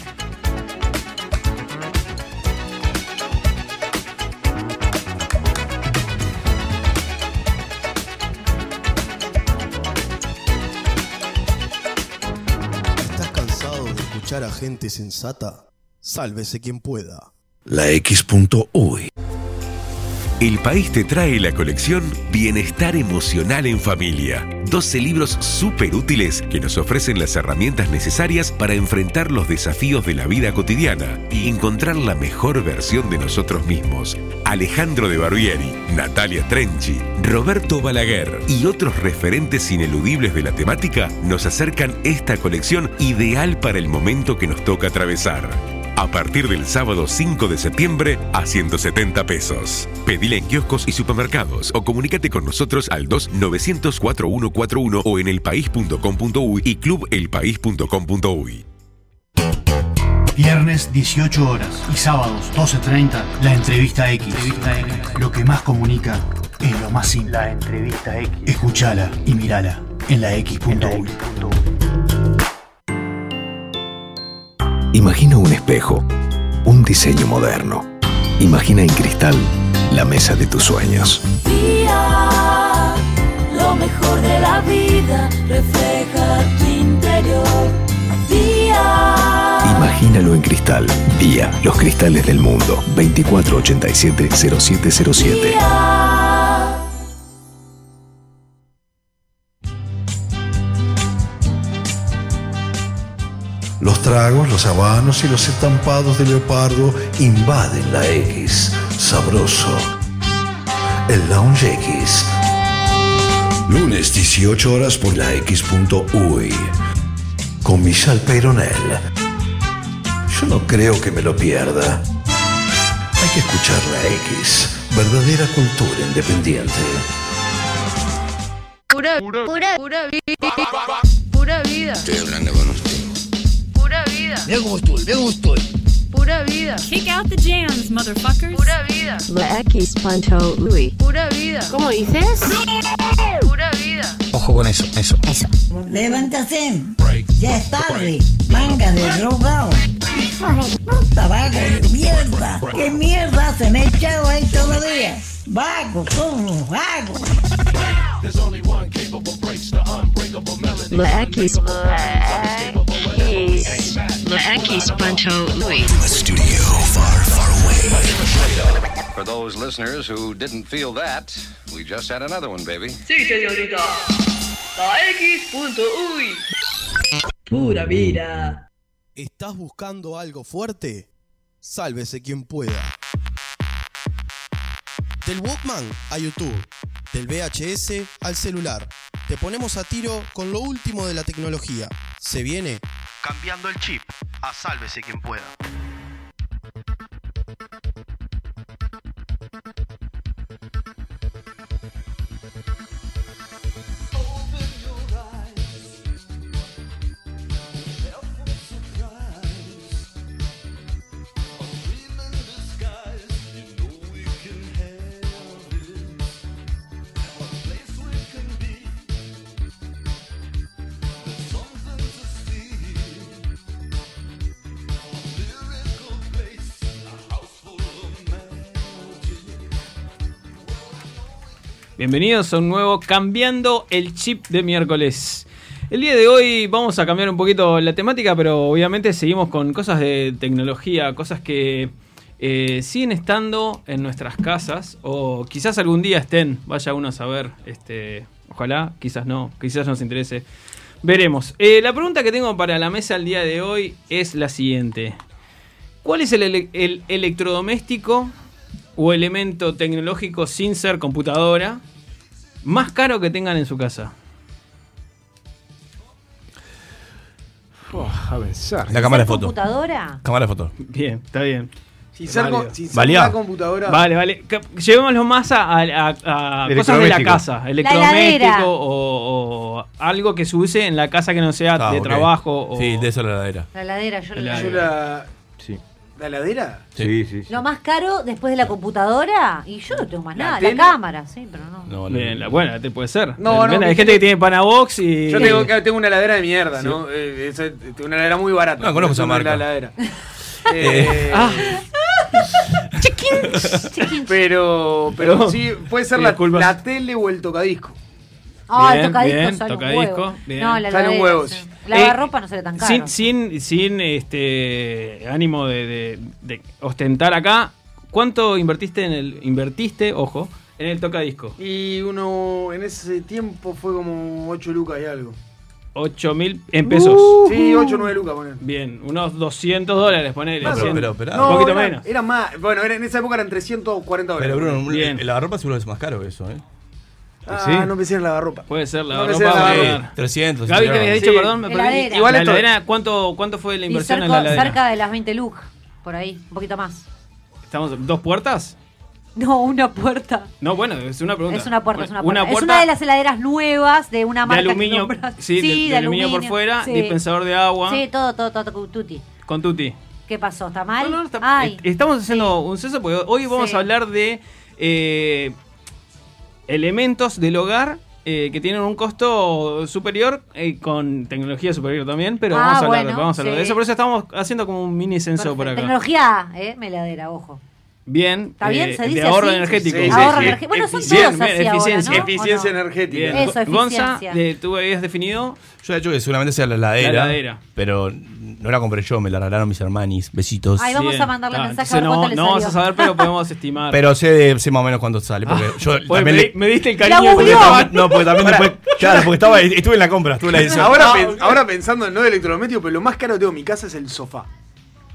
¿Estás cansado de escuchar a gente sensata? Sálvese quien pueda.
La X.UI. El país te trae la colección Bienestar Emocional en Familia. 12 libros súper útiles que nos ofrecen las herramientas necesarias para enfrentar los desafíos de la vida cotidiana y encontrar la mejor versión de nosotros mismos. Alejandro de Barbieri, Natalia Trenchi, Roberto Balaguer y otros referentes ineludibles de la temática nos acercan esta colección ideal para el momento que nos toca atravesar. A partir del sábado 5 de septiembre a 170 pesos. Pedila en kioscos y supermercados o comunícate con nosotros al 2-900-4141 o en elpaís.com.uy y clubelpaís.com.uy.
Viernes 18 horas y sábados 12.30, la entrevista X. Lo que más comunica es lo más simple. La entrevista X. Escuchala y mirala en la X.U.
Imagina un espejo, un diseño moderno. Imagina en cristal la mesa de tus sueños.
Lo mejor de la vida refleja tu interior. Día,
Imagínalo en cristal. Día, los cristales del mundo. 2487-0707.
Los tragos, los habanos y los estampados de leopardo invaden la X. Sabroso. El Lounge X. Lunes 18 horas por la X.uy. Con Michelle Peyronel. Yo no creo que me lo pierda. Hay que escuchar la X. Verdadera cultura independiente.
pura, pura, pura vida. Pura vida. Estoy hablando con usted. Pura vida. Vea cómo estoy, vea cómo estoy. Pura vida. Kick out the jams, motherfuckers. Pura vida. La X Panto Louis. Pura vida. ¿Cómo dices? Pura vida.
Levántate. Ya es tarde. Manga de drogado. Puta vago de mierda. ¿Qué mierda se me echado ahí todavía? Vago, somos vago.
La X. La X Panto Louis.
For those listeners who didn't feel that, we
We just had another one, baby.
Sí, señorita. La X.uy.
Pura vida. ¿Estás buscando algo fuerte? Sálvese quien pueda. Del Walkman a YouTube, del VHS al celular. Te ponemos a tiro con lo último de la tecnología. Se viene cambiando el chip a sálvese quien pueda.
Bienvenidos a un nuevo Cambiando el Chip de miércoles. El día de hoy vamos a cambiar un poquito la temática, pero obviamente seguimos con cosas de tecnología, cosas que eh, siguen estando en nuestras casas o quizás algún día estén, vaya uno a saber, este, ojalá, quizás no, quizás nos interese. Veremos. Eh, la pregunta que tengo para la mesa el día de hoy es la siguiente. ¿Cuál es el, ele- el electrodoméstico o elemento tecnológico sin ser computadora más caro que tengan en su casa?
a pensar.
La cámara de
Ah.
foto.
¿Computadora?
Cámara de foto.
Bien, está bien.
Sin ser, con- sin ser
Valía.
una computadora.
Vale, vale. Ca- Llevémoslo más a, a- a- a cosas de la
Electrodoméstico.
casa.
La
Electrodoméstico
heladera.
o, o algo que se use en la casa que no sea
Ah,
de
ok.
trabajo. O...
Sí, de eso la heladera.
La heladera, yo lo
Yo la, ¿La heladera?
Sí,
sí.
Lo más caro después de la computadora, y yo no tengo más
¿La
nada,
tele?
la cámara, sí, pero no.
Bien, la- bueno, la te puede ser.
No,
Depende,
no,
hay
que-
gente que tiene Panabox y.
Yo tengo, claro, tengo una heladera de mierda,
Sí.
¿no? Eh, esa- tengo una heladera muy barata.
No, conozco
Es
esa
una
marca.
<laughs>
heladera.
Eh,
Eh, Pero, pero
Perdón.
sí, puede ser
Te
la,
disculpas.
la tele o el tocadisco.
Ah, el
Bien,
tocadisco
bien,
sale
tocadisco,
un huevo.
bien.
No, la
Sale un
heladera,
huevo,
sí.
sí.
Lavarropa no sale tan caro.
Eh, Sin, sin, sin este ánimo de, de- de ostentar acá, ¿cuánto invertiste en el. invertiste, ojo, en el tocadisco?
Y uno en ese tiempo fue como 8 lucas y algo. Uh.
8 mil en pesos.
Uh.
Uh.
Sí, 8 o 9 lucas, poner.
Bien, unos 200 dólares, ponele.
No, pero-
100.
pero- pero-
un poquito
era,
menos.
Era más. Bueno, era- en esa época eran 340 dólares.
Pero Bruno, un- el lavarropa seguro es más caro que eso, ¿eh?
Ah,
¿Sí?
no pensé en lavarropa.
Puede ser la
No
ropa.
pensé en
puede
Sí,
ser.
300.
Gaby, te había
señor.
dicho, perdón, me perdí.
Heladera.
Igual la
esto-
heladera, ¿cuánto, ¿cuánto fue la
Y
inversión
cerca,
en la heladera?
cerca de las 20 lug, por ahí, un poquito más.
¿Estamos, ¿Dos puertas?
No, una puerta.
No, bueno, es una pregunta.
Es una puerta, es una puerta.
Pues Una
Es
puerta
una de las heladeras nuevas de una
de
marca que
aluminio,
compras.
sí, de, de aluminio, por fuera,
sí.
dispensador de agua,
Sí, todo, todo, todo, todo, tuti.
con tutti.
¿Qué pasó? ¿Está mal? Ay,
Estamos haciendo un censo porque hoy vamos
Sí.
a hablar de eh, elementos del hogar eh, que tienen un costo superior eh, con tecnología superior también, pero
Ah,
vamos a hablar, de-
bueno,
vamos a hablar de
sí.
eso. Por eso estamos haciendo como un mini censo por acá.
tecnología, eh, me heladera, ojo.
Bien, eh,
¿Está bien? ¿Se dice
de ahorro
así?
energético.
Sí, sí, Ahorro sí. energético. Bueno, son todos así ahora,
eficiencia.
¿no? Eficiencia ¿O no? energética. Eso,
Gonza,
eficiencia.
eh, ¿tú habías definido?
Yo he hecho que seguramente sea la heladera.
La heladera.
Pero no la compré yo, me la regalaron mis hermanis. Besitos.
Ay, vamos a mandarle
Ah,
mensaje a
entonces
ver cuánto
no,
le
no
salió.
vamos a saber, pero podemos estimar.
Pero sé, de- sé más o menos cuánto sale. Porque
<laughs>
yo
Oye,
también
Ah, pues me,
le-
di- me diste el
Porque
cariño. porque
estaba-
estaba-
No, porque también después. Claro, porque estaba, estuve en la compra, estuve en la edición.
<laughs> Ahora, pen- ahora pensando no de electrodoméstico, pero lo más caro que tengo en mi casa es el sofá.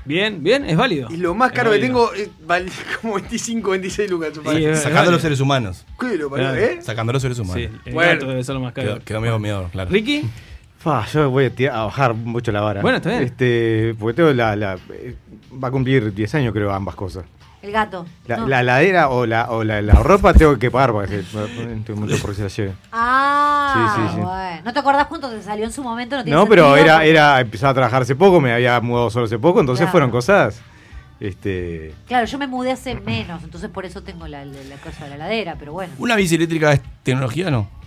Bien, bien, es válido.
Y lo más
Es
caro que
válido.
tengo es val- <laughs> como 25, 26 lucas el sofá.
Sí, es
Sacando a los seres humanos.
¿Qué lo parió,
Claro.
eh?
Sacando a los seres humanos.
Sí, el
Bueno.
gato debe ser lo más caro.
Quedó, quedó medio miedo, claro.
¿Ricky?
Fa, yo voy a, tirar- a bajar mucho la vara.
Bueno, está bien.
Este, porque tengo la, la- eh, Va a cumplir 10 años, creo, ambas cosas.
El gato.
La,
no.
la heladera o la, o la, la ropa tengo que pagar para que estoy mucho por si la lleve.
Ah,
Sí, sí, sí.
bueno. ¿No te acordás cuánto te salió en su momento? No, tiene
No, pero
sentido,
era,
porque-
era empezaba a trabajar hace poco, me había mudado solo hace poco, entonces
Claro.
fueron cosas. Este.
Claro, yo me mudé hace menos, entonces por eso tengo la, la- la cosa de la heladera, pero bueno.
¿Una bici eléctrica es tecnología o no?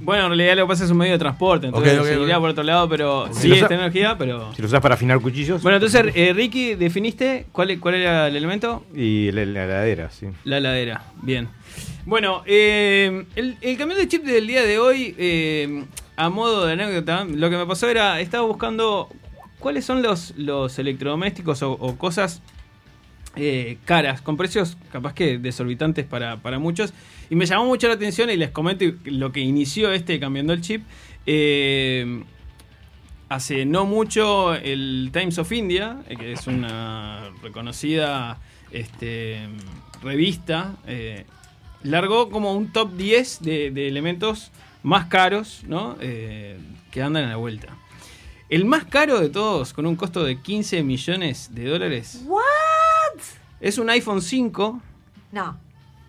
Bueno, en realidad lo que pasa es un medio de transporte, entonces
Ok, ok,
seguiría
ok.
por otro lado, pero sí
Si lo
es
sa-
tecnología, pero...
Si lo usas para afinar cuchillos.
Bueno, entonces, eh, Ricky, ¿definiste cuál, e- cuál era el elemento?
Y la, la heladera, sí.
La heladera, bien. Bueno, eh, el, el camión de chip del día de hoy, eh, a modo de anécdota, lo que me pasó era, estaba buscando cuáles son los, los electrodomésticos o, o cosas eh, caras, con precios capaz que desorbitantes para, para muchos. Y me llamó mucho la atención y les comento lo que inició este cambiando el chip. Eh, hace no mucho el Times of India, eh, que es una reconocida este, revista, eh, largó como un top 10 de, de elementos más caros ¿no? Eh, que andan a la vuelta. El más caro de todos, con un costo de 15 millones de dólares,
¿What?
es un iPhone 5.
No,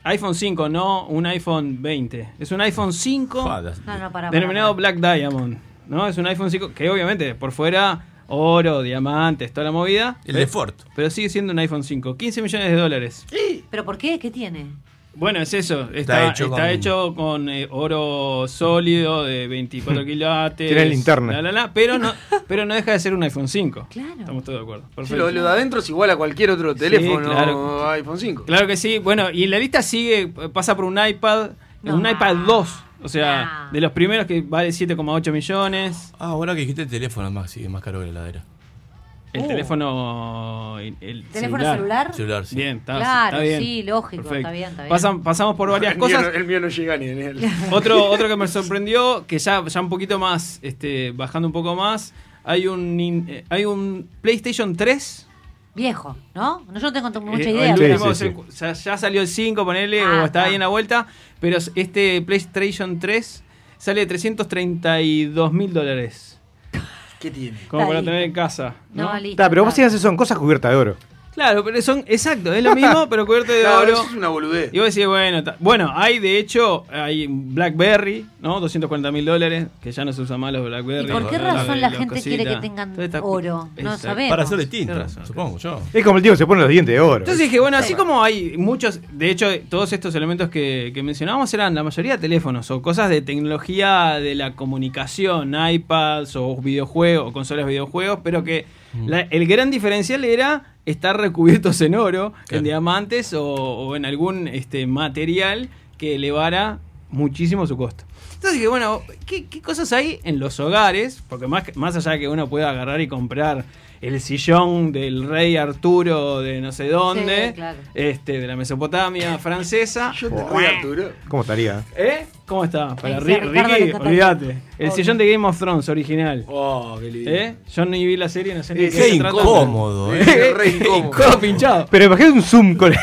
iPhone 5, no un iPhone 20. Es un iPhone 5
Ah, no, no, para.
denominado Black Diamond. ¿no? Es un iPhone 5 que obviamente por fuera oro, diamantes, toda la movida.
El de Ford.
Pero sigue siendo un iPhone 5. 15 millones de dólares.
¿Pero por qué? ¿Qué tiene?
Bueno, es eso. Está, está
hecho
hecho
con-
con, eh, oro sólido de 24 kilates.
Tiene linterna.
la, la, la, pero, no, pero no deja de ser un iPhone 5.
<laughs> Claro.
Estamos todos de acuerdo.
Sí,
Perfecto.
lo, lo de adentro es igual a cualquier otro
Sí,
teléfono
claro.
iPhone 5.
Claro que sí. Bueno, y la lista sigue, pasa por un iPad, un iPad 2. O sea, de los primeros que vale 7,8 millones.
Ah, ahora que dijiste el teléfono, más, sí, es más caro que la heladera.
El
Oh.
teléfono. El, el
¿Teléfono celular?
Celular, sí.
Bien, está,
Claro,
está bien.
sí, lógico,
Perfecto.
está bien, está bien.
Pasan- pasamos por <laughs> varias
El mío
cosas.
no- el mío no llega ni en él.
<laughs> Otro, otro que me sorprendió, que ya, ya un poquito más, este, bajando un poco más, hay un, nin- eh, hay un PlayStation 3.
Viejo, ¿no? No, yo no tengo t- mucha
eh,
idea.
el
pero-
último, o sea, ya salió el 5, ponele,
Ah,
o está ahí
está.
en la vuelta, pero s- este PlayStation 3 sale de 332 mil dólares.
¿Qué tiene?
Como
Está
para
listo.
tener en casa. ¿no?
No, Ah, listo.
Está, pero vos
está.
decías eso son cosas cubiertas de oro.
Claro, pero son. Exacto, es lo mismo, pero cubierto de
<laughs> Claro,
oro.
eso es una boludez.
Y vos decís, bueno, ta- bueno, hay de hecho, hay un BlackBerry, ¿no? 240 mil dólares, que ya no se usan más los
¿Y
BlackBerry.
por qué
Los-
razón la
los
gente quiere
cositas.
que tengan
Toda esta-
oro? No
Exacto.
sabemos.
Para hacerle tinta,
Tienes razón.
supongo yo.
Es como el tío que se pone los dientes de oro.
Entonces dije, bueno, así como hay muchos, de hecho, todos estos elementos que, que mencionábamos eran la mayoría teléfonos o cosas de tecnología de la comunicación, iPads o videojuegos, o consolas de videojuegos, pero que la- el gran diferencial era estar recubiertos en oro,
Claro.
en diamantes o, o en algún este, material que elevara muchísimo su costo. Entonces dije, bueno, ¿qué, qué cosas hay en los hogares? Porque más, que- más allá de que uno pueda agarrar y comprar el sillón del rey Arturo de no sé dónde,
Sí, claro.
este, de la Mesopotamia francesa.
Yo te voy Arturo.
¿Cómo estaría?
¿Eh? ¿Cómo está? Para
Ahí
Ri-
está, Ricardo le
Ricky,
está
olvídate. El
Obvio.
sillón de Game of Thrones original.
Oh, qué lindo.
¿Eh? Yo ni vi la serie, no sé ni de
Eh,
qué
Qué
se trata.
incómodo, eh.
Eh,
<laughs>
re incómodo.
Todo pinchado.
Pero
<laughs>
imagínate un Zoom con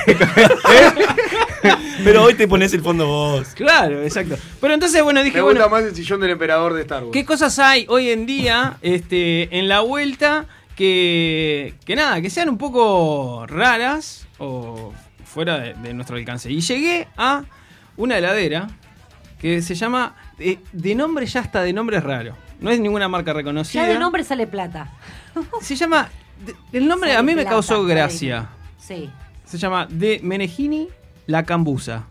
Pero hoy te pones el fondo vos.
Claro, exacto. Pero entonces, bueno, dije,
Me
bueno,
gusta más el sillón del emperador de Star Wars.
¿Qué cosas hay hoy en día este, en la vuelta que, que nada, que sean un poco raras o fuera de, de nuestro alcance? Y llegué a una heladera que se llama, eh, de nombre ya está, de nombre es raro. No es ninguna marca reconocida.
Ya de nombre sale plata.
<laughs> Se llama, de- el nombre
Sale
a mí me
plata,
causó
está
gracia.
bien. Sí.
Se llama De Menegini La Cambusa.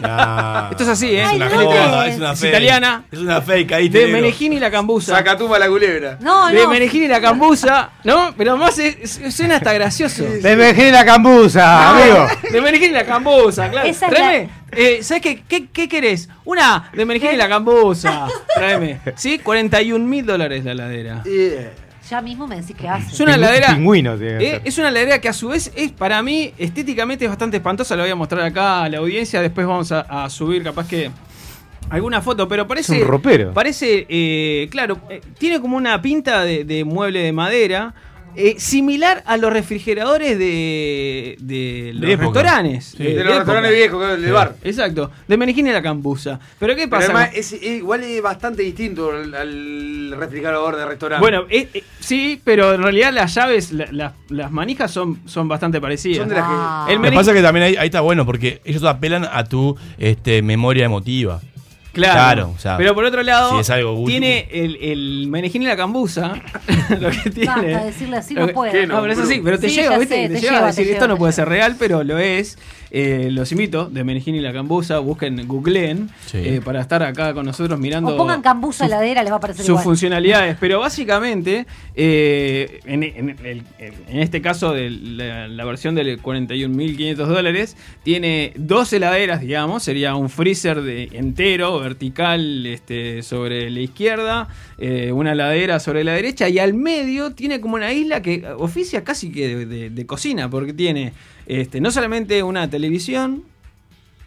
Nah.
<laughs> Esto es así, ¿eh?
Es una
Ay, ¿dónde
joda,
es?
es una
Es
fake.
italiana.
Es una fake, ahí te
De
digo.
Menegini La Cambusa.
Sacatumba la culebra.
No,
de
no.
Menegini y la cambusa, ¿no? Pero más es- es- suena hasta gracioso.
¡De Mejía y la
Ah,
cambusa, amigo!
De Menegini y la cambusa, claro.
Esa es
Tráeme, eh, ¿sabes qué, qué, qué querés? Una de Menegini y la cambusa. Tráeme. ¿Sí? 41 mil dólares la ladera.
Yeah.
Ya mismo me decís que hace.
Es una
Pingü-
ladera.
Pingüino tiene que
eh,
ser.
es una ladera que a su vez es para mí estéticamente es bastante espantosa. La voy a mostrar acá a la audiencia. Después vamos a, a subir capaz que alguna foto. Pero parece.
Es un ropero.
Parece, eh, claro, eh, tiene como una pinta de, de mueble de madera. eh, similar a los refrigeradores de, de los
De época.
restaurantes.
Sí.
De
eh, de
los
época.
restaurantes viejos, claro, del bar.
Exacto, de Menegini a la Cambusa. Pero ¿qué
Pero
pasa?
además, es, es- igual es bastante distinto al, al refrigerador de restaurante.
Bueno, eh, eh, sí, pero en realidad las llaves, la- la- las manijas son, son bastante parecidas.
Son de las que-
Ah.
El
Lo que
Menegini-
pasa es que también ahí, ahí está bueno porque ellos apelan a tu este, memoria emotiva.
Claro.
Claro, o sea,
pero por otro lado,
si es algo útil.
tiene el, el Menegín y la cambusa. <laughs> lo que tiene.
Basta, decirle así
Lo
no
que-
puedo.
¿Qué
No, pero es así, pero te
Sí,
lleva,
ya
¿viste?
sé,
te,
te
lleva a
lleva,
decir
te
esto
lleva,
no
te
puede ser
lleva".
real, pero lo es. Eh, los invito, de Menegín y la cambusa, busquen, googleen,
Sí.
eh, para estar acá con nosotros mirando.
O pongan cambusa heladera, les va a parecer
sus
igual.
funcionalidades, pero básicamente, eh, en, en el- en este caso de la, la versión de 41.500 dólares, tiene dos heladeras, digamos, sería un freezer de, entero, vertical este, sobre la izquierda, eh, una ladera sobre la derecha y al medio tiene como una isla que oficia casi que de, de- de cocina porque tiene este, no solamente una televisión,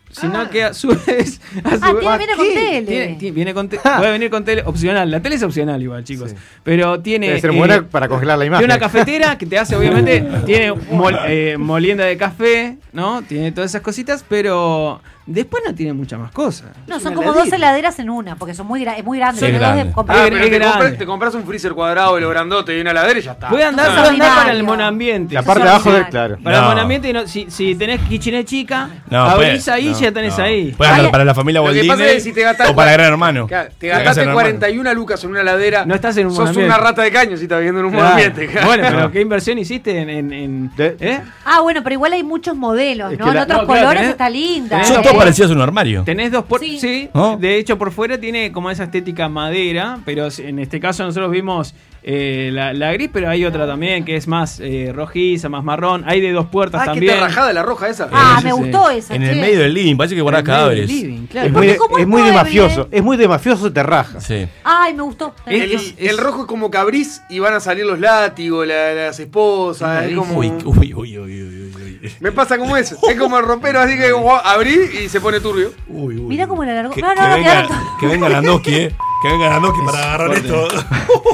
sino que a su vez... a su
Ah,
vez-
tiene- viene con
¿Qué?
tele.
Tiene- tiene- viene
<laughs>
con te- puede venir con tele opcional, la tele es opcional igual chicos, pero tiene...
Debe ser
eh,
buena para congelar la imagen.
tiene una cafetera que te
<laughs>
hace, obviamente, tiene mol- eh, molienda de café, ¿no? Tiene todas esas cositas, pero después no tiene muchas más cosas.
No,
Es
son
una
como dos
heladera.
heladeras en una, porque son muy, gra- es muy grande.
Son
Son dos de
grandes.
comprar.
Ah,
Es-
pero
es
te, compras,
grande.
te compras un freezer cuadrado, lo grandote y una ladera y ya está.
Voy a andar,
No,
voy a andar para el
no,
monambiente.
La parte de abajo del- claro.
Para
No.
el monambiente, no, si, si tenés kitchenet chica,
No,
abrís
puede-
ahí y
no,
ya tenés
no.
ahí.
Puede andar para la familia
Lo
Walt
que pasa
Disney
es que si te gastás
o para
cua-
Gran Hermano.
Claro, te
La casa de
gastaste
Gran
41 lucas en una ladera.
No estás en un
Sos
monambiente.
una rata de caño si estás viviendo en un
Claro.
monambiente. claro.
Bueno, pero ¿qué inversión hiciste en...? en- en- ¿eh?
Ah, bueno, pero igual hay muchos modelos,
Es
¿no?
que
en
la-
otros
no, claro, ¿eh?
colores
tenés-
está linda.
tenés
Son
dos
todos
por-
parecidos a un armario.
Tenés dos por... Sí. De hecho, por fuera tiene como esa estética madera, pero en este caso nosotros vimos eh, la, la gris, pero hay otra también que es más eh, rojiza, más marrón. Hay de dos puertas
Ah, que
también.
está rajada la roja esa.
Ah,
Sí,
me
sí.
gustó esa.
En
che.
el medio del living, parece que guardás
En el medio del
cadáveres.
living, claro.
Es muy, de,
como
es muy de
mueble.
mafioso. Es muy de mafioso, te raja.
Sí.
Ay, me gustó.
El, el rojo es como cabrís y van a salir los látigos, la- las esposas. Es como,
Uy, uy, uy, uy, uy, uy, uy.
Me pasa como eso. Es como el rompero, así que guau, abrí y se pone turbio.
Uy, uy.
Mira cómo la largó.
Que,
No,
que
no, no,
venga,
<laughs>
quedaron todos.
que venga Landowski, eh. Que venga Landowski para agarrar esto.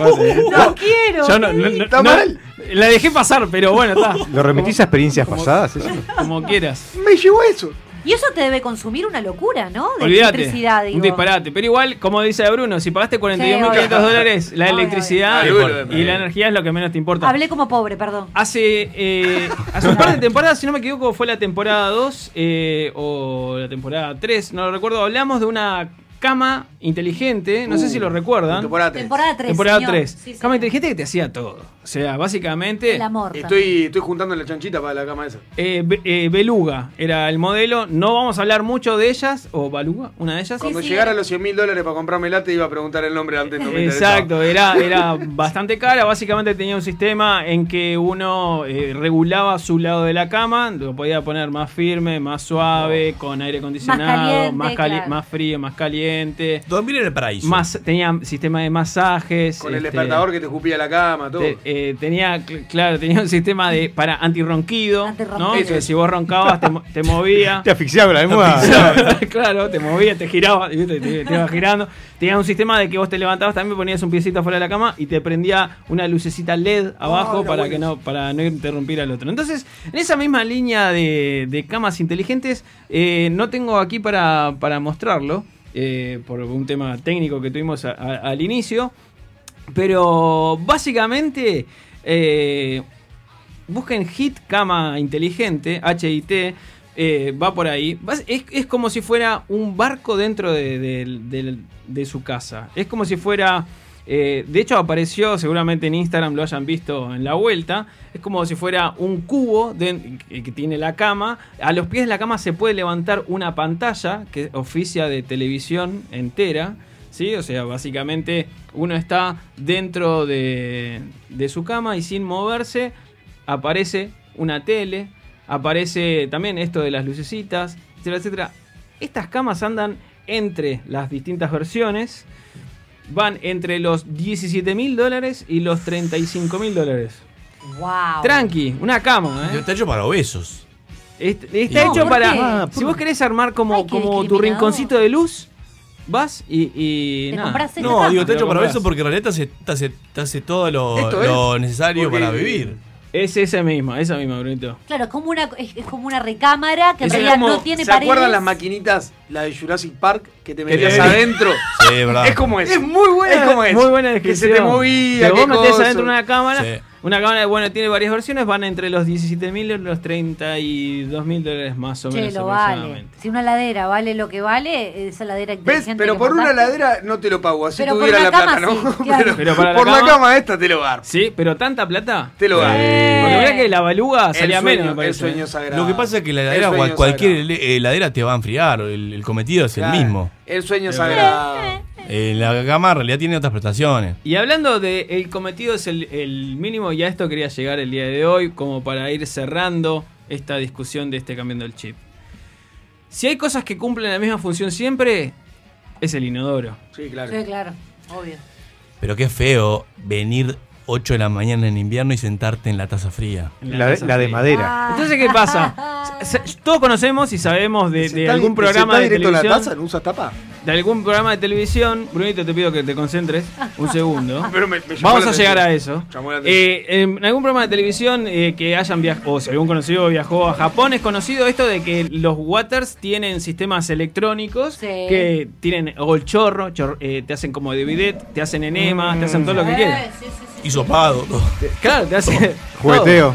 No quiero. eh.
Yo no, no- no- no- La dejé pasar, pero bueno, está.
¿Lo remitís a experiencias pasadas? eso?
<laughs>
Como quieras.
Me llevó eso.
Y eso te debe consumir una locura, ¿no? De
Olvídate.
electricidad, digo.
Un disparate. Pero igual, como dice Bruno, si pagaste 42.500
obvio.
dólares, la
Obvio,
electricidad
obvio. Ay, Bruno,
y la energía es lo que menos te importa.
Hablé como pobre, perdón.
Hace, eh, hace un par de temporadas, si no me equivoco, fue la temporada 2 eh, o la temporada 3, no lo recuerdo. Hablamos de una cama inteligente, no sé si lo recuerdan.
Uh, Temporada tres.
Temporada 3.
Temporada 3. cama inteligente que te hacía todo. O sea, básicamente.
El amor.
Estoy, estoy juntando la chanchita para la cama esa.
eh, be- eh, Beluga era el modelo. No vamos a hablar mucho de ellas. O Baluga, una de ellas.
Cuando
sí.
llegara a los 100 mil dólares para comprarme late iba a preguntar el nombre antes. No me interesaba.
Exacto, era, era bastante cara. Básicamente tenía un sistema en que uno eh, regulaba su lado de la cama, lo podía poner más firme, más suave, con aire acondicionado, más,
caliente,
cali-
claro.
más frío, más caliente.
2000 en el paraíso.
Más, tenía sistema de masajes.
Con <laughs> el
este,
despertador que te escupía la cama, todo.
te- eh, tenía, cl- claro, tenía un sistema de para antirronquido, ¿no?
Antirronquido.
Que si vos roncabas te, mo- te movía.
<laughs>
Te asfixiaba con la almohada.
<laughs> claro, te movías, te girabas, ¿viste? te, te ibas girando. Tenía un sistema de que vos te levantabas, también ponías un piecito afuera de la cama y te prendía una lucecita LED abajo para que no, para no interrumpir al otro. Entonces, en esa misma línea de, de camas inteligentes, eh, no tengo aquí para, para mostrarlo, eh, por un tema técnico que tuvimos a- a- al inicio. Pero básicamente. eh, Busquen Hit Cama Inteligente, HIT, eh, va por ahí. Vas- Es, es como si fuera un barco dentro de, de- de- de su casa. Es como si fuera. eh, de hecho, apareció seguramente en Instagram, lo hayan visto en la vuelta. Es como si fuera un cubo de- eh, que que tiene la cama. A los pies de la cama se puede levantar una pantalla que oficia de televisión entera. ¿sí? O sea, básicamente uno está dentro de, de su cama y sin moverse aparece una tele, aparece también esto de las lucecitas, etcétera, etcétera. Estas camas andan entre las distintas versiones, van entre los 17 mil dólares y los 35 mil dólares.
Ah, Wow.
Tranqui, una cama, ¿eh? Este,
Está hecho para obesos.
Est- Está
No,
hecho
¿por qué?
Ah,
para. Si vos querés armar
Ay,
como,
qué
como tu
discriminador.
rinconcito de luz, vas y. y
Te
nada.
compras esa
No,
cama.
digo, está
Te
hecho
lo
para
compras.
obesos porque en realidad te hace, te hace- te hace todo lo,
Esto es.
lo necesario
Porque-
para vivir.
Es esa misma, esa misma, Brunito.
Claro, es como una, es, es como una recámara que en
Es
realidad
como-
no tiene
¿Se
paredes.
acuerdan las maquinitas, la de Jurassic Park, que te
Que
metías
te-
<laughs>
adentro?
Sí, es verdad.
Es como eso.
Es muy buena.
Es como es.
Muy buena
Que se
descripción.
te movía,
Te
qué
vos metés
cosa.
adentro una cámara.
Sí.
Una cámara, bueno, tiene varias versiones. Van entre los 17.000 y los 32.000 dólares más o
Che,
menos
lo vale.
aproximadamente.
Si una ladera vale lo que vale, esa ladera
¿Ves?
inteligente
Pero
que
por una
mandaste-
ladera no te lo pago, así
Pero por
tuviera
la
la
cama
plata, ¿no? <laughs>
sí, claro.
Pero para la
por la
cama-
cama esta te lo garpo.
Sí, pero tanta plata.
Te lo garpo.
Eh.
Porque mirá que la baluga
El
salía
sueño, el
menos, me parece. ¿eh?
sueño sagrado.
¿eh? Lo que pasa es que la
El
heladera,
sueño
cual- cualquier
sagrado.
hel- heladera te va a enfriar. El, el cometido es
Claro.
el mismo.
El sueño sagrado.
Eh, la gama en realidad tiene otras prestaciones.
Y hablando de el cometido es el, el mínimo, y a esto quería llegar el día de hoy, como para ir cerrando esta discusión de este cambiando el chip. Si hay cosas que cumplen la misma función siempre, es el inodoro.
Sí, claro.
Sí, claro, obvio.
Pero qué feo venir 8 de la mañana en invierno y sentarte en la taza fría.
La de- la de
Ah,
madera.
Entonces, ¿qué
<laughs>
pasa? Se- se- Todos conocemos y sabemos de, de algún programa de
directo
televisión.
la taza? ¿No usas tapa?
de algún programa de televisión. Brunito, te pido que te concentres un segundo.
<laughs> Pero me- me llamó
Vamos
la
a llegar a
atención.
eso.
Llamó la
Eh, en algún programa de televisión eh, que hayan viajado, o si algún conocido viajó a Japón, es conocido esto de que los waters tienen sistemas electrónicos que tienen, o el chorro, chor- eh, te hacen como de bidet, te hacen enema, te hacen todo lo que quieras.
Hisopado.
Te- Claro, te hacen. <laughs> todo.
Jugueteo.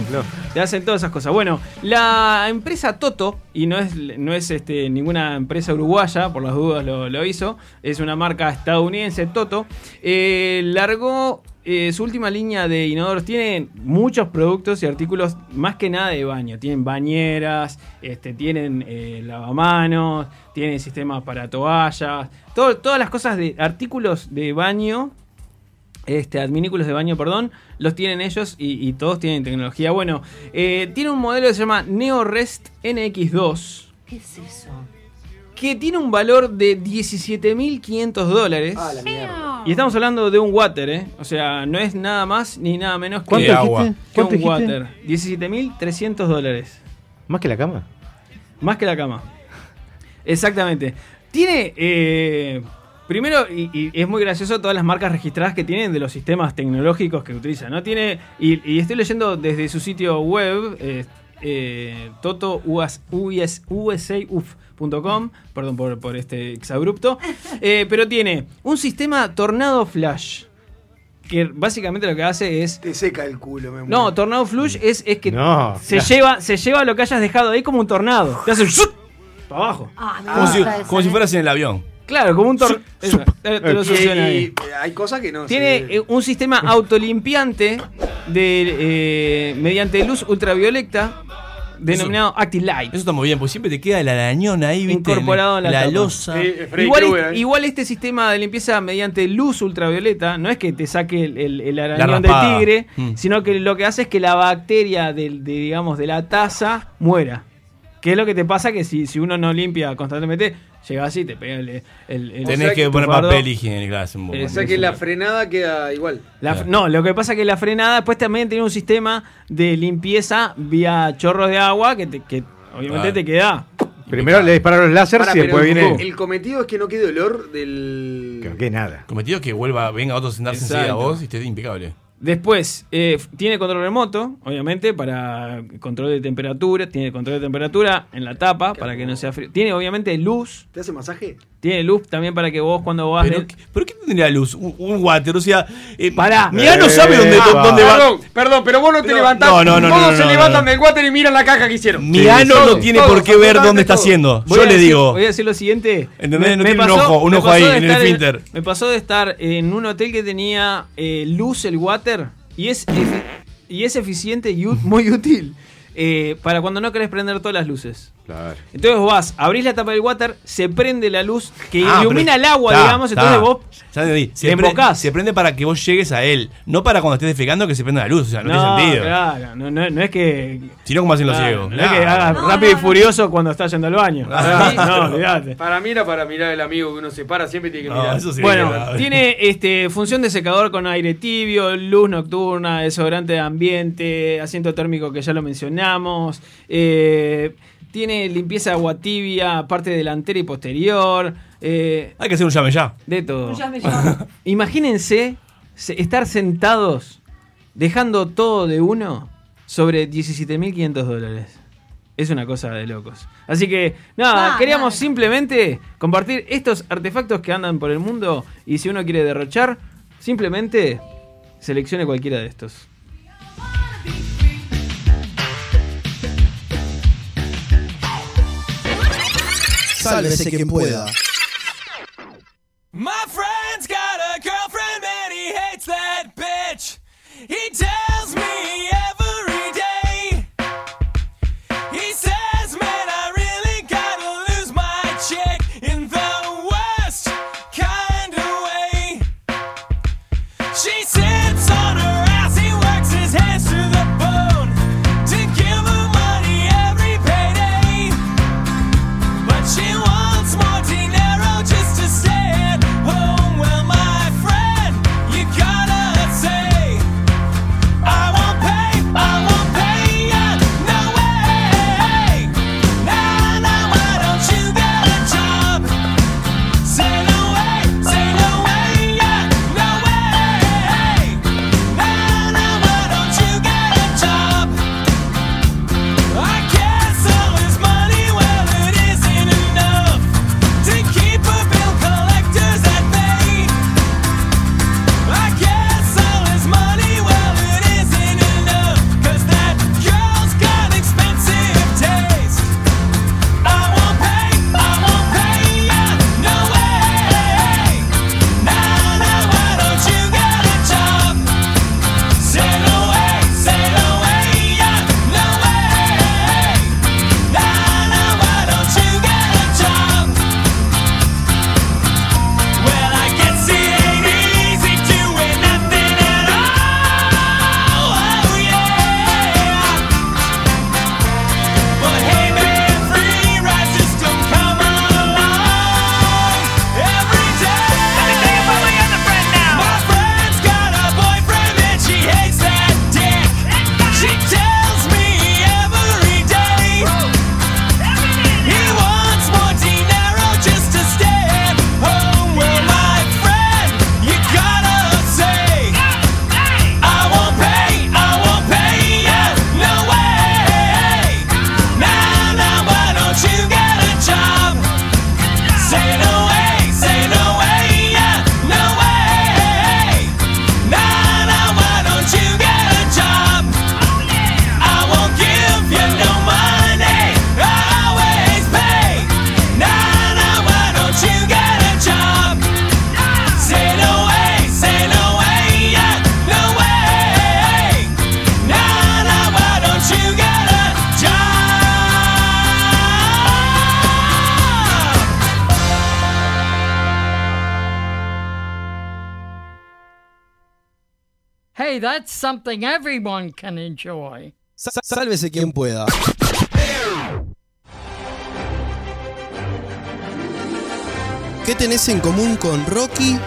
Te hacen todas esas cosas. Bueno, la empresa Toto, y no es, no es este, ninguna empresa uruguaya, por las dudas lo, lo hizo, es una marca estadounidense, Toto, eh, largó eh, su última línea de inodoros. Tienen muchos productos y artículos, más que nada de baño. Tienen bañeras, este, tienen eh, lavamanos, tienen sistemas para toallas, todo- todas las cosas de artículos de baño este, adminículos de baño, perdón, los tienen ellos y, y todos tienen tecnología. Bueno, eh, tiene un modelo que se llama NeoRest NX2,
¿Qué es eso?
que tiene un valor de 17.500 dólares.
Ah,
Y estamos hablando de un water, ¿eh? O sea, no es nada más ni nada menos que,
¿Cuánto
que
dijiste? ¿Cuánto
un
dijiste?
water. 17.300 dólares.
¿Más que la cama?
Más que la cama. Exactamente. Tiene. eh, primero, y, y es muy gracioso todas las marcas registradas que tienen de los sistemas tecnológicos que utilizan. ¿no? Tiene. Y, y estoy leyendo desde su sitio web. eh, eh, totousauf.com perdón por, por este exabrupto eh, pero tiene un sistema tornado flash que básicamente lo que hace es
Te seca el culo,
Ah,
me
no, tornado flush es, es que
No,
se,
claro.
lleva, se lleva lo que hayas dejado ahí como un tornado. Te hace un ¡zut! para abajo.
Ah, me
Como,
gusta
si,
esa,
como
¿eh?
si fueras en el avión.
Claro, como un tornado. Te lo
Y-
succiona
y-
ahí.
Hay
<laughs>
cosas que no
Tiene
se-
eh, un sistema autolimpiante de, eh, mediante luz ultravioleta denominado ActiLight.
Eso está muy bien, porque siempre te queda el arañón ahí, ¿viste?
Incorporado en la, tapa.
losa.
igual, es- igual este sistema de limpieza mediante luz ultravioleta no es que te saque el, el- el arañón de
raspada.
tigre,
Mm.
sino que lo que hace es que la bacteria del, de, digamos, de la taza muera. Que es lo que te pasa que si, si uno no limpia constantemente, llega así, te pega el... el- el-
Tenés que
tu
poner
fardo.
papel higiénico. claro, es un poco-
O sea que la frenada queda igual.
La fre- No, lo que pasa es que la frenada después también tiene un sistema de limpieza vía chorros de agua que, te- que obviamente
Claro.
te queda...
Primero le dispararon los láseres
Pará,
y
pero
después
el-
viene.
El cometido es que no quede olor del.
Creo que nada.
Cometido que vuelva, venga otro a sentarse
Exacto.
enseguida a vos y esté impecable.
Después, eh, f- tiene control remoto, obviamente, para control de temperatura. Tiene control de temperatura en la tapa para que no sea frío. Tiene, obviamente, luz.
¿Te hace masaje?
Tiene luz también para que vos cuando vas...
Pero ¿Pero qué tendría luz? Un, un water, o sea. eh,
Pará.
Mirá, no sabe dónde,
Eh,
dó- dónde va.
Perdón, perdón, pero vos no te
No,
levantás.
Ah. no, no, no,
Todos
no,
se
no,
levantan
no.
del water y miran la caja que hicieron.
Mirano
Sí,
no
todos,
tiene
todos,
por qué ver
absolutamente
dónde está
todos.
haciendo.
Voy
Yo
a
le
decir-
digo.
Voy a decir lo siguiente.
¿Entendés? No tiene un ojo, un
me
ojo ahí
pasó de
en el
estar
esfínter.
Me pasó de estar en un hotel que tenía eh, luz el water y es, efi- y es eficiente y ú- muy útil eh, para cuando no querés prender todas las luces. Entonces vas, abrís la tapa del water, se prende la luz que
Ah,
ilumina
pero-
el agua,
Ta,
digamos,
ta.
entonces vos
Ya entendí. Se,
te
pre-
embocás.
se prende para que vos llegues a él. No para cuando estés defecando que se prenda la luz. O sea, no, tiene sentido.
claro, no, no- no es que.
Si no, como hacen los ciegos.
claro, No es que
Nah.
hagas rápido y furioso cuando estás yendo
<laughs>
al baño.
Ah,
Ah,
no, olvidate.
Para mí era para mirar el amigo que uno se para, siempre tiene que
No,
mirar.
eso sí
Bueno, tiene este, función de secador con aire tibio, luz nocturna, desodorante de ambiente, asiento térmico que ya lo mencionamos. eh, tiene limpieza de agua tibia, parte delantera y posterior. eh,
Hay que hacer un llame ya.
de todo.
Un llame ya.
<laughs> Imagínense se- estar sentados dejando todo de uno sobre 17.500 dólares. Es una cosa de locos. Así que, nada,
Ah,
queríamos simplemente compartir estos artefactos que andan por el mundo y si uno quiere derrochar, simplemente seleccione cualquiera de estos.
Sálvese quien pueda.
My friend's got a girlfriend and he hates that bitch. He tells me every day. He says, man, I really gotta lose my chick in the worst kind of way. She sits on her ass, he works his hands to the bone to give her money every payday. But she wants more dinero just to stay
Hey, that's something everyone can enjoy.
Sa- Sálvese quien pueda. ¿Qué tenés en común con Rocky,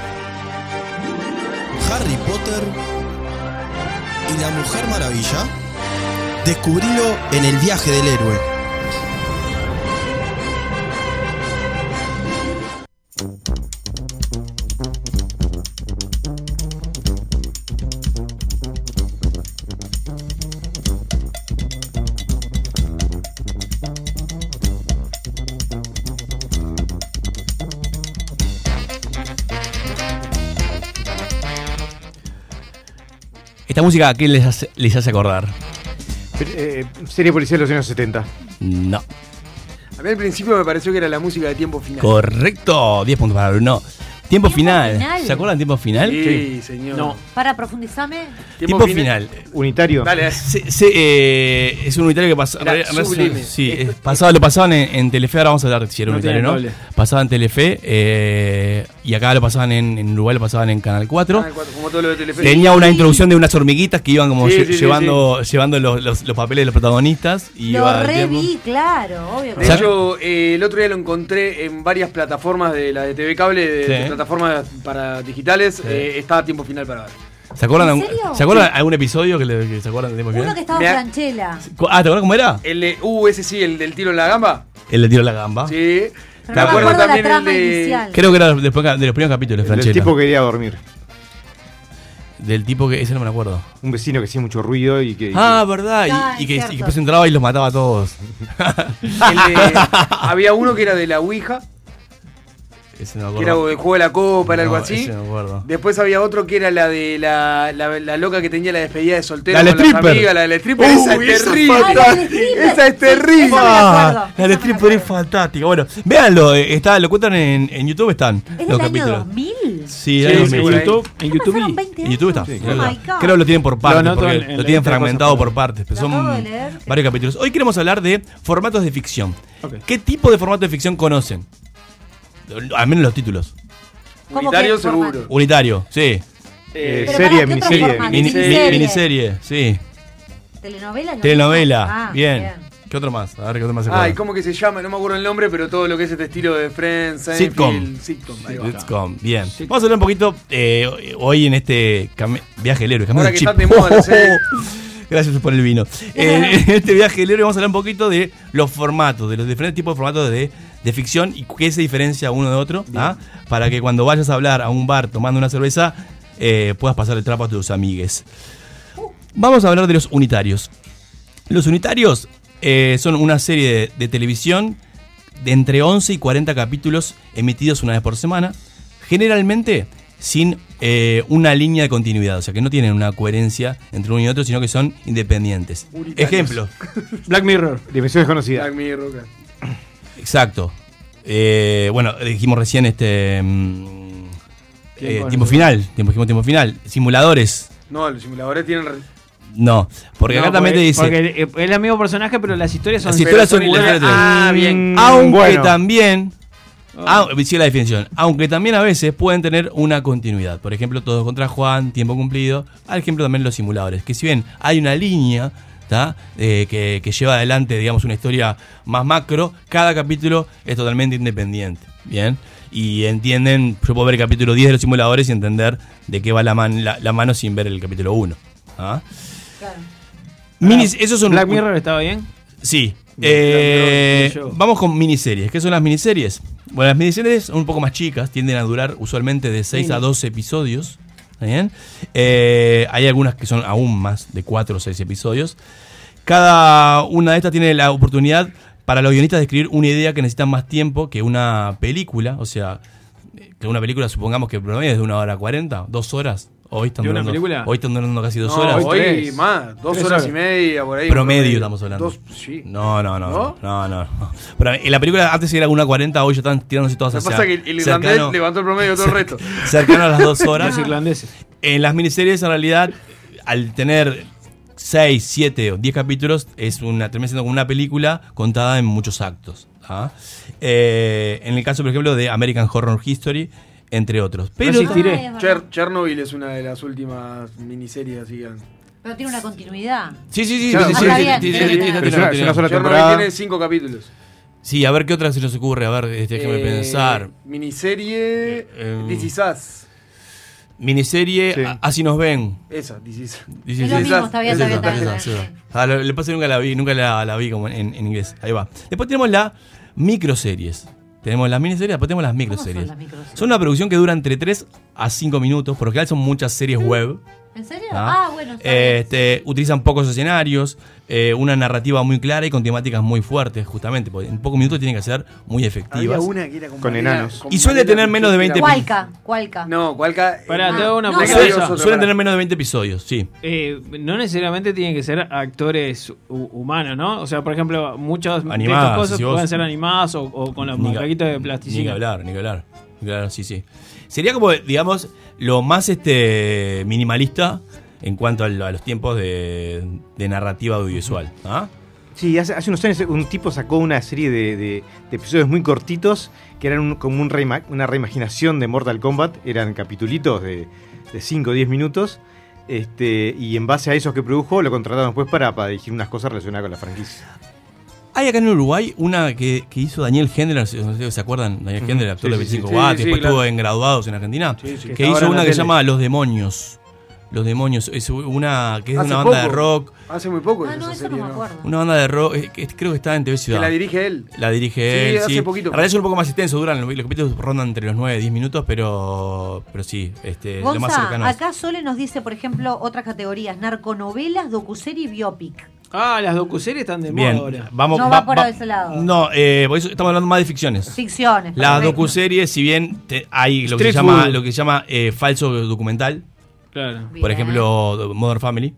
Harry Potter y la Mujer Maravilla? Descubrilo en el viaje del héroe.
Esta música, ¿a ¿qué les hace, les hace acordar?
Eh, serie policial de los años 70.
No.
A mí al principio me pareció que era la música de tiempo final.
Correcto. 10 puntos para Bruno. Tiempo, final.
final.
¿Se acuerdan tiempo final?
Sí, señor.
Para profundizame.
Tiempo, final.
Unitario.
Dale.
Se- se- eh, es un unitario que pasa-
Era
re- re-
sublime.
sí, eh, pasaba, lo pasaban en, en Telefe, ahora vamos a hablar si era
No
unitario
tiene
no.
cable.
Pasaban en Telefe eh, y acá lo pasaban en, en Uruguay, lo pasaban en Canal 4.
Canal 4, Ah, como todo lo de Telefe.
Tenía una introducción de unas hormiguitas que iban como
Sí,
lle-
sí, sí,
llevando, llevando los, los- los papeles de los protagonistas. Y
Lo
iba-
reví, claro, obvio.
De hecho, eh, el otro día lo encontré en varias plataformas de la de TV Cable, de,
Sí.
de plataformas para digitales. eh, estaba tiempo final para ver.
¿Se acuerdan,
¿En
algún-
serio?
¿se acuerdan
Sí.
algún episodio que, le- que se acuerdan de tiempo
Uno
final?
que estaba
Me ha-
Franchella.
Cu- Ah, ¿te acuerdas cómo era?
El de, uh, ese sí, el del tiro en la gamba.
El de tiro a la gamba.
Sí.
Pero no me acuerdo la
trama
Creo que era de los de los primeros capítulos,
El
Franchella.
tipo que quería dormir.
Del tipo que. Ese no me lo acuerdo.
Un vecino que hacía mucho ruido y que.
Ah, verdad. y-
Ah,
y,
es
que,
cierto.
y que después entraba y los mataba a todos. <laughs>
El de- había uno que era de la Ouija,
Ese no me
que era
acuerdo.
el juego de la copa, era
No,
algo así.
ese no me acuerdo.
Después había otro que era la de la, la, la loca que tenía la despedida de soltero
La del
con las
stripper.
amigas, la del stripper.
Uh,
esa
esa
es
es
terrible.
fantástica.
Esa es terrible.
Ah, la de Stripper es fantástica. Bueno, véanlo. eh, Está, lo cuentan en, en YouTube. Están
¿Es
los
del año
capítulos.
2000?
Sí,
Sí,
en
sí,
YouTube.
en YouTube- en YouTube
pasaron
y-
20
En YouTube está.
años.
sí,
Oh
creo,
my God.
creo que lo tienen por partes,
anoto
porque
en- en
lo
la
tienen
lista de
fragmentado
cosas
por partes. pero son
acabo de leer.
varios capítulos. Hoy queremos hablar de formatos de ficción. ¿Qué tipo de formato de ficción conocen? Al menos los títulos.
¿Cómo
Unitario
que
seguro.
Unitario, sí.
Eh,
Pero serie, pará, ¿qué otro miniserie. formato?
Mini- mi-
Miniserie.
miniserie, sí.
Telenovela. no?
Telenovela,
Ah,
bien. ¿Qué otro más? A ver, ¿qué otro más se
Ay,
acuerdan?
Ah, ¿cómo que se llama? No me acuerdo el nombre, pero todo lo que es este estilo de Friends,
Sitcom.
Seinfeld, sitcom. ahí va.
Sitcom, bien. Vamos a hablar un poquito eh, hoy en este cami- viaje del héroe. camino
Ahora
del
que
chip.
están de
<laughs>
moda las series.
Gracias por el
<laughs>
vino. Eh, en este viaje del héroe vamos a hablar un poquito de los formatos, de los diferentes tipos de formatos de, de ficción y qué se diferencia uno de otro. ¿ah? Para que cuando vayas a hablar a un bar tomando una cerveza, eh, puedas pasar el trapo a tus amigues.
Uh.
Vamos a hablar de los unitarios. Los unitarios eh, son una serie de, de televisión de entre 11 y 40 capítulos emitidos una vez por semana, generalmente sin eh, una línea de continuidad, o sea que no tienen una coherencia entre uno y otro, sino que son independientes.
Unitarios.
<laughs> Ejemplo.
Black Mirror. Dimensión desconocida.
Black Mirror, claro.
Exacto. Eh, bueno, dijimos recién este mm, eh,
Tiempo
tiempo,
al
final, tiempo, dijimos tiempo final, simuladores.
No, los simuladores tienen. re-
No, porque
No,
acá también te dice
Porque el- el- es el mismo personaje, pero las historias son.
Las historias son
pero
iguales.
Ah, bien.
Aunque también. Ah, sigue la definición. Aunque también a veces pueden tener una continuidad. Por ejemplo, todos contra Juan, tiempo cumplido. Al ejemplo, también los simuladores. Que si bien hay una línea ¿tá? Eh, que, que lleva adelante, digamos, una historia más macro, cada capítulo es totalmente independiente. Bien. Y entienden, yo puedo ver el capítulo 10 de los simuladores y entender de qué va la, man- la, la mano sin ver el capítulo 1. ¿ah? Minis, esos son
Black Mirror estaba bien.
Sí. Eh, vamos con miniseries. ¿Qué son las miniseries? Bueno, las miniseries son un poco más chicas, tienden a durar usualmente de 6 a
Mini.
12 episodios. ¿Está bien? Eh, hay algunas que son aún más de 4 o 6 episodios. Cada una de estas tiene la oportunidad para los guionistas de escribir una idea que necesitan más tiempo que una película. O sea, que una película, supongamos que el promedio es de una hora 40, dos horas. Hoy están,
¿De una
durando,
película?
hoy están durando casi dos
No,
horas.
Hoy más, dos
Tres
horas y
horas.
media por ahí.
Promedio estamos hablando.
Dos, sí.
No, no, no.
¿No?
No, no, no. Pero en la película antes era una 40, hoy ya están tirándose todas
Lo que
hacia
pasa es que el- el irlandés
cercano,
levantó el promedio de todo el resto.
cercano a las
<laughs>
dos horas.
Los
irlandeses.
En las miniseries, en realidad, al tener 6, 7 o 10 capítulos, es una, termina siendo como una película contada en muchos actos. ¿ah? Eh, en el caso, por ejemplo, de American Horror History, entre otros.
Pero
Pero
existiré.
Cher- Chernobyl es una de las últimas miniseries, así que.
Pero tiene una continuidad.
Sí, sí, sí,
Claro,
sí, sí,
está
sí,
bien,
sí,
está
sí,
bien.
sí, sí,
Pero
sí,
es una-
sí,
es una
Chernobyl
sola temporada.
tiene-
Tiene cinco capítulos.
Sí, a ver qué otra se nos ocurre, a ver, eh, déjame
Eh,
pensar.
Miniserie.
eh,
This Is Us.
Miniserie, a- así nos ven.
Esa, This Is Us.
Sí,
Es
sí,
lo
sí.
mismo,
Esa,
está bien,
esa,
está bien,
esa,
está bien,
esa. Ah, lo lo que pasa es que nunca la vi, nunca la, la vi como en, en inglés. Ahí va. Después tenemos las microseries. Tenemos las miniseries, después tenemos las microseries.
las microseries?
Son una producción que dura entre 3 a 5 minutos, por lo general son muchas series web.
¿En serio?
¿no?
Ah, bueno. está bien.
Este, utilizan pocos escenarios, eh, una narrativa muy clara y con temáticas muy fuertes, justamente, porque en pocos minutos tienen que ser muy efectivas.
Había una que era con
Con
madera-
enanos.
con
Y suele
madera
tener menos de 20
Cualca, Cualca.
No, Cualca.
Pará, te hago una
Suelen-
pregunta.
Suelen tener menos de 20 episodios, sí.
Eh, no necesariamente tienen que ser actores hu- humanos, ¿no? O sea, por ejemplo, muchas de
Animadas,
estas cosas
si vos-
pueden ser animadas o, o con los
Ni que-
macaquitos de
Ni que
plasticina.
hablar, ni que hablar. Ni que hablar, sí, sí. Sería como, digamos, lo más este minimalista en cuanto a, lo- a los tiempos de, de narrativa audiovisual. ¿ah?
Sí, hace, hace unos años un tipo sacó una serie de, de- de episodios muy cortitos que eran un- como un reima- una reimaginación de Mortal Kombat. Eran capitulitos de, de 5 o 10 minutos. Este, y en base a esos que produjo, lo contrataron después para, para dirigir unas cosas relacionadas con la franquicia.
Hay acá en Uruguay una que, que hizo Daniel Hendler, si- no sé si se acuerdan, Daniel
Ujú.
Hendler, actor
Sí,
de
sí, sí.
25
Sí,
watts,
sí,
después
claro.
estuvo en Graduados en Argentina,
Sí, sí. Que
que
está ahora
hizo
en
una
la
que se
tele.
llama Los Demonios. Los Demonios, es una que es de
Hace
una banda de
poco.
rock,
Hace muy poco
Ah,
es
no,
esa
eso
serie,
no me
¿no?
acuerdo.
una banda de rock, eh, que creo que está en TV Ciudad.
Que la dirige él.
La dirige
Sí,
él.
hace
sí.
poquito.
En realidad es un poco más extenso, duran los capítulos rondan entre los 9 y 10 minutos, pero, pero sí, este, lo más
Gonza,
cercano. es-
acá Sole nos dice, por ejemplo, otras categorías: narconovelas, docuserie y biopic.
Ah, las docuseries están de
Bien,
moda ahora.
vamos
No va por ese lado.
No, eh, por eso estamos hablando más de ficciones.
Ficciones.
Las
perfecto.
docuseries, si bien te- hay lo que se
Street
llama,
food.
lo que se llama eh, falso documental,
Claro.
por ejemplo, Modern Family,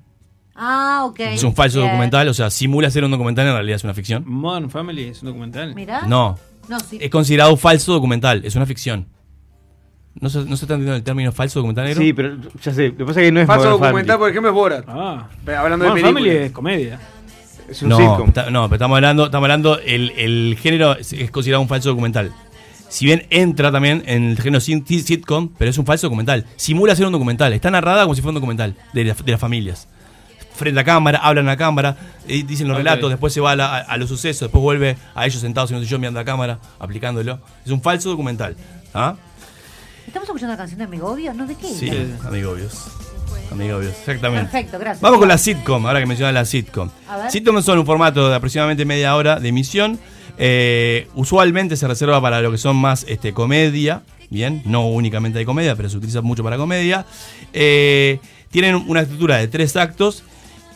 Ah, ok.
es un falso
Bien.
documental, o sea, simula ser un documental, en realidad es una ficción.
Modern Family es un documental.
Mirá.
No.
Ah, No, sí.
Es considerado falso documental, es una ficción. ¿No se, no se está entendiendo el término falso documental negro?
Sí, pero ya sé, lo que pasa es que no es
Falso
Modern
documental,
Por ejemplo, es Borat. Eh,
Ah.
Hablando de
Modern Family
películas.
es comedia.
Es
no, ta- no, pero estamos hablando, estamos hablando el, el género es, es considerado un falso documental. Si bien entra también en el género sin- sin- sitcom, pero es un falso documental. Simula ser un documental. Está narrada como si fuera un documental de, la- de las familias. Frente a cámara, hablan a cámara, eh, dicen los
Ok.
relatos, después se va a, la- a- a los sucesos, después vuelve a ellos sentados en un sillón mirando a cámara, aplicándolo. Es un falso documental. ¿Ah?
¿Estamos escuchando la canción de Megovio? ¿No de qué?
Sí,
era?
amigobios. Amigobios, exactamente.
Perfecto, gracias.
Vamos con la sitcom, ahora que mencionas la sitcom.
A ver.
Sitcom son un formato de aproximadamente media hora de emisión. Eh, usualmente se reserva para lo que son más este, comedia, bien, no únicamente de comedia, pero se utiliza mucho para comedia. Eh, tienen una estructura de tres actos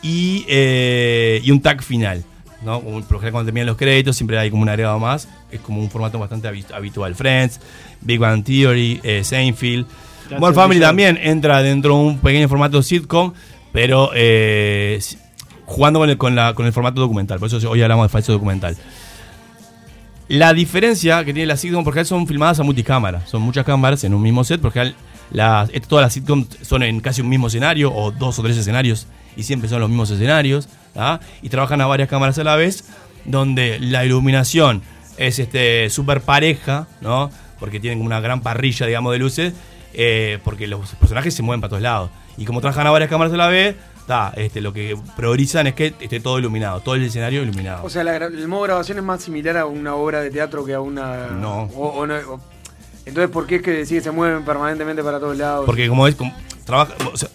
y, eh, y un tag final. ¿no? Como Por lo general, cuando terminan los créditos, siempre hay como un agregado más. Es como un formato bastante habi- habitual. Friends, Big Bang Theory, eh, Seinfeld.
That's
Modern
a
Family
result.
también entra dentro de un pequeño formato sitcom, pero eh, s- jugando con el, con la- con el formato documental. Por eso hoy hablamos de falso documental. La diferencia que tiene la sitcom, porque son filmadas a multicámara. Son muchas cámaras en un mismo set, porque las, esto- todas las sitcoms son en casi un mismo escenario, o dos o tres escenarios, y siempre son los mismos escenarios. ¿ah? Y trabajan a varias cámaras a la vez, donde la iluminación es este súper pareja, ¿no? Porque tienen una gran parrilla, digamos, de luces, eh, porque los personajes se mueven para todos lados. Y como trabajan a varias cámaras a la vez, ta, este, lo que priorizan es que esté todo iluminado, todo el escenario iluminado.
O sea, la gra- el modo grabación es más similar a una obra de teatro que a una.
No.
o- o no- o- entonces, ¿por qué es que decís que se mueven permanentemente para todos lados?
Porque como es, como- trabaja, o sea,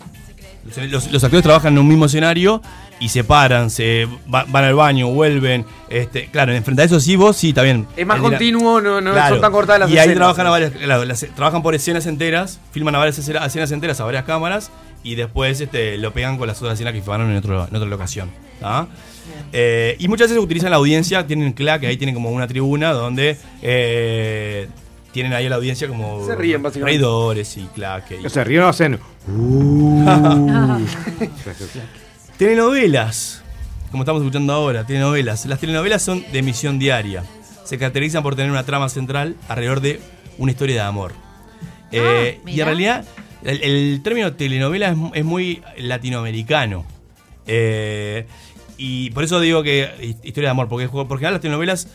los, los actores trabajan en un mismo escenario y se paran, se va- van al baño, vuelven. Este, claro, en frente a eso sí, vos sí, también.
Es más
El dira-
continuo, no, no
Claro.
son tan cortadas las
Y ahí
escenas.
trabajan, a varias, claro, las- trabajan por escenas enteras, filman a varias escena- escenas enteras a varias cámaras y después este, lo pegan con las otras escenas que filmaron en, otro- en otra locación. ¿tá? Eh, y muchas veces utilizan la audiencia, tienen CLA, que ahí tienen como una tribuna donde eh, tienen ahí a la audiencia como
Se ríen, básicamente.
reidores y claque. y-
O sea, Río no
<laughs>
hacen. uh,
Telenovelas, como estamos escuchando ahora, telenovelas. Las telenovelas son de emisión diaria. Se caracterizan por tener una trama central alrededor de una historia de amor. Eh, y en realidad, el, el término telenovela es, mu- es muy latinoamericano. Eh, y por eso digo que hi- historia de amor, porque por general las telenovelas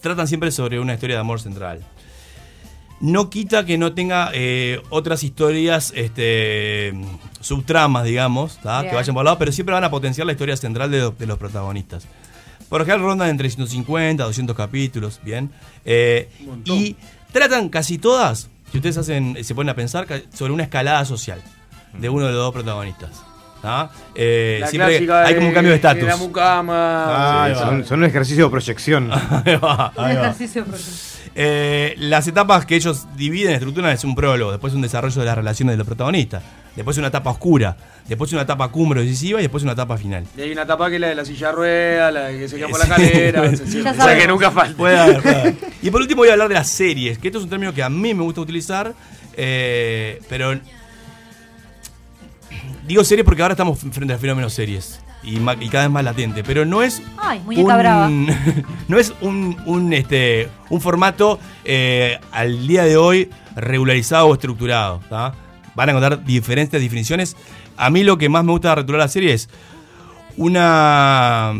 tratan siempre sobre una historia de amor central. No quita que no tenga eh, otras historias, este, subtramas, digamos, ¿tá? que
Bien.
vayan por lado, pero siempre van a potenciar la historia central de, lo- de los protagonistas. Por lo general rondan entre 150, 200 capítulos, bien. Eh, y tratan casi todas, si ustedes hacen, se ponen a pensar, ca- sobre una escalada social de uno de los dos protagonistas. ¿tá? Eh,
Mm. La
siempre
clásica
hay como un cambio de estatus.
La mucama.
Ah,
Sí,
ahí va.
son, son un ejercicio de proyección.
Ahí va, ahí va. Eh, las etapas que ellos dividen, estructuran, es un prólogo, después un desarrollo de las relaciones de los protagonistas, después una etapa oscura, después una etapa cumbre decisiva y después una etapa final.
Y hay una etapa que es la de la silla rueda, la de que se queda por
<laughs>
la calera.
Sí,
se-
puede-
se- o sea que nunca falta.
Puede haber, puede haber. Y por último voy a hablar de las series, que esto es un término que a mí me gusta utilizar, eh, pero digo series porque ahora estamos frente al fenómeno series y, ma- y cada vez más latente, pero no es
Ay, muñeca brava.
<laughs> no es un, un, este, un formato eh, al día de hoy regularizado o estructurado. ¿tá? Van a encontrar diferentes definiciones. A mí lo que más me gusta de retular la serie es una,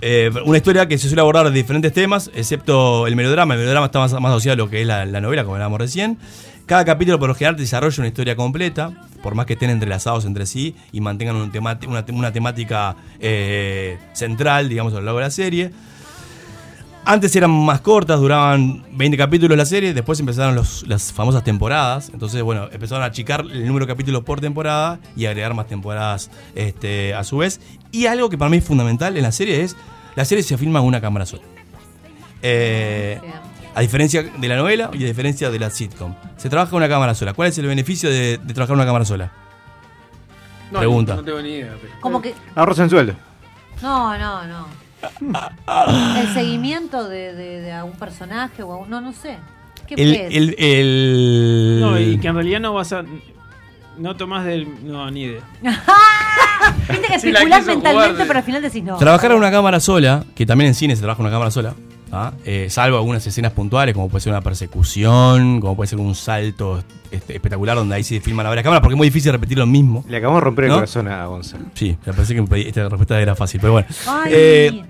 eh, una historia que se suele abordar de diferentes temas, excepto el melodrama. El melodrama está más, más asociado a lo que es la, la novela, como hablábamos recién. Cada capítulo por lo general desarrolla una historia completa, por más que estén entrelazados entre sí y mantengan un temati- una, te- una temática eh, central, digamos, a lo largo de la serie. Antes eran más cortas, duraban 20 capítulos la serie, después empezaron los- las famosas temporadas, entonces bueno, empezaron a achicar el número de capítulos por temporada y agregar más temporadas este, a su vez. Y algo que para mí es fundamental en la serie es, la serie se filma con una cámara sola. Eh, a diferencia de la novela y a diferencia de la sitcom. Se trabaja con una cámara sola. ¿Cuál es el beneficio de, de trabajar con una cámara sola?
No,
Pregunta.
No, tengo ni idea. pero-
Como que.
Ahorros en sueldo.
No, no, no. El seguimiento de, de, de algún personaje o a un- No, no sé. ¿Qué
El,
es?
el- el-
No, y que en realidad no vas a. No tomás del. No, ni idea.
Viste que
Si la
especulás
quiso jugar
mentalmente,
de-
pero al final decís no.
Trabajar a una cámara sola, que también en cine se trabaja con una cámara sola, ¿ah? Eh, salvo algunas escenas puntuales, como puede ser una persecución, como puede ser un salto este, espectacular donde ahí se filman a varias cámaras, porque es muy difícil repetir lo mismo.
Le acabamos de romper el
¿No?
corazón a Gonzalo.
Sí, me parece que me pedí- esta respuesta era fácil, pero bueno.
Ay.
Eh,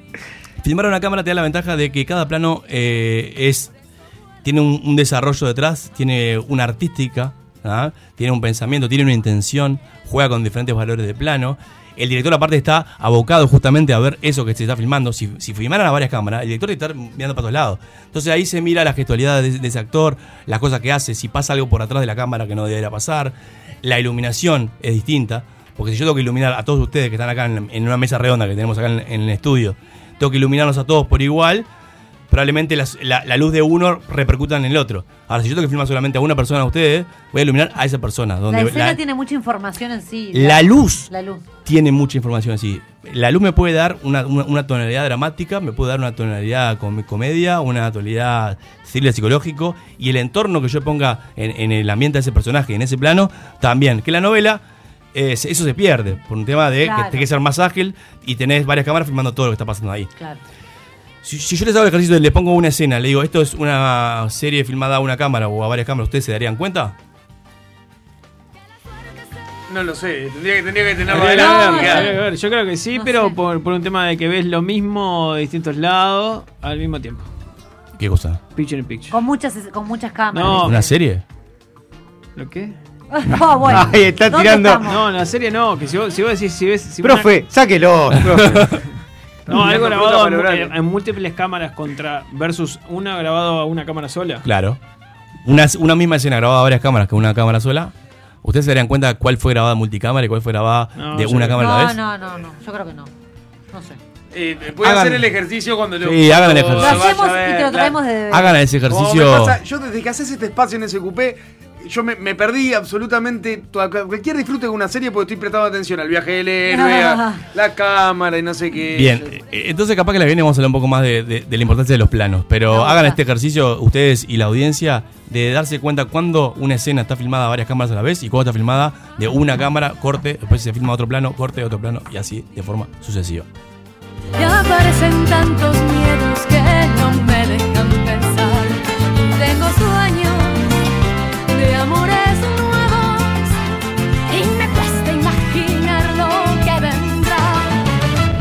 filmar a una cámara te da la ventaja de que cada plano eh, es tiene un, un desarrollo detrás, tiene una artística, ¿ah? tiene un pensamiento, tiene una intención, juega con diferentes valores de plano. El director aparte está abocado justamente a ver eso que se está filmando. Si, si filmaran a varias cámaras, el director está mirando para todos lados. Entonces ahí se mira la gestualidad de, de ese actor, las cosas que hace, si pasa algo por atrás de la cámara que no debería pasar. La iluminación es distinta, porque si yo tengo que iluminar a todos ustedes que están acá en, en una mesa redonda que tenemos acá en- en el estudio, tengo que iluminarlos a todos por igual, probablemente las- la, la luz de uno repercuta en el otro. Ahora, si yo tengo que filmar solamente a una persona de ustedes, voy a iluminar a esa persona.
La
Donde
escena
la,
tiene mucha información en sí.
La luz.
La luz.
tiene mucha información así. La luz me puede dar una, una- una tonalidad dramática, me puede dar una tonalidad com- comedia, una tonalidad thriller psicológico, y el entorno que yo ponga en, en el ambiente de ese personaje, en ese plano, también. Que la novela, eh, se- eso se pierde, por un tema de
Claro.
que tenés que ser más ágil y tenés varias cámaras filmando todo lo que está pasando ahí.
Claro.
Si, si yo les hago el ejercicio, de le pongo una escena, le digo, esto es una serie filmada a una cámara o a varias cámaras, ¿ustedes se darían cuenta?
No lo sé. Tendría que, tendría que tenerlo
Habría que
adelante.
ver,
Mirá.
habría que ver. Yo creo que sí, pero por, por un tema de que ves lo mismo de distintos lados al mismo tiempo.
¿Qué cosa?
Picture in picture.
Con muchas, con muchas cámaras.
No.
¿Una serie?
¿Lo qué?
<laughs> No, Ah, Oh, bueno.
<laughs> Ahí está
¿Dónde
tirando.
estamos?
No, en la serie no, que si vos, si vos decís, si ves. Si
Profe,
<laughs>
sáquelo. profe. <laughs>
una- no, algo
Pregunta
grabado en,
para
en múltiples cámaras contra. versus una grabado a una cámara sola.
Claro. Una, una misma escena grabada a varias cámaras que una cámara sola. ¿Ustedes se darían cuenta cuál fue grabada multicámara y cuál fue grabada
No,
de
yo
una
creo-
cámara a la
No,
vez?
no, no, no. Yo creo que no. No sé.
Eh, puede
Hagan-
hacer el ejercicio cuando lo.
Sí, hagan el
cuando
ejercicio. Lo
hacemos
vaya a
y
ver,
te lo
claro.
traemos de-
Hagan ese
Como me
ejercicio.
pasa- yo desde que haces este espacio en ese coupé, yo me, me perdí absolutamente toda- cualquier disfrute de una serie porque estoy prestando atención al viaje del héroe,
Ah. <laughs>
a la cámara y no sé qué.
Bien, eh, entonces capaz que la viene vamos a hablar un poco más de, de- de la importancia de los planos, pero hagan este ejercicio ustedes y la audiencia de darse cuenta cuando una escena está filmada a varias cámaras a la vez y cuando está filmada de una cámara, corte, después se filma otro plano, corte, otro plano y así de forma sucesiva.
Ya aparecen tantos miedos que no me dejan pensar. Tengo sueños de amores nuevos y me cuesta imaginar lo que vendrá.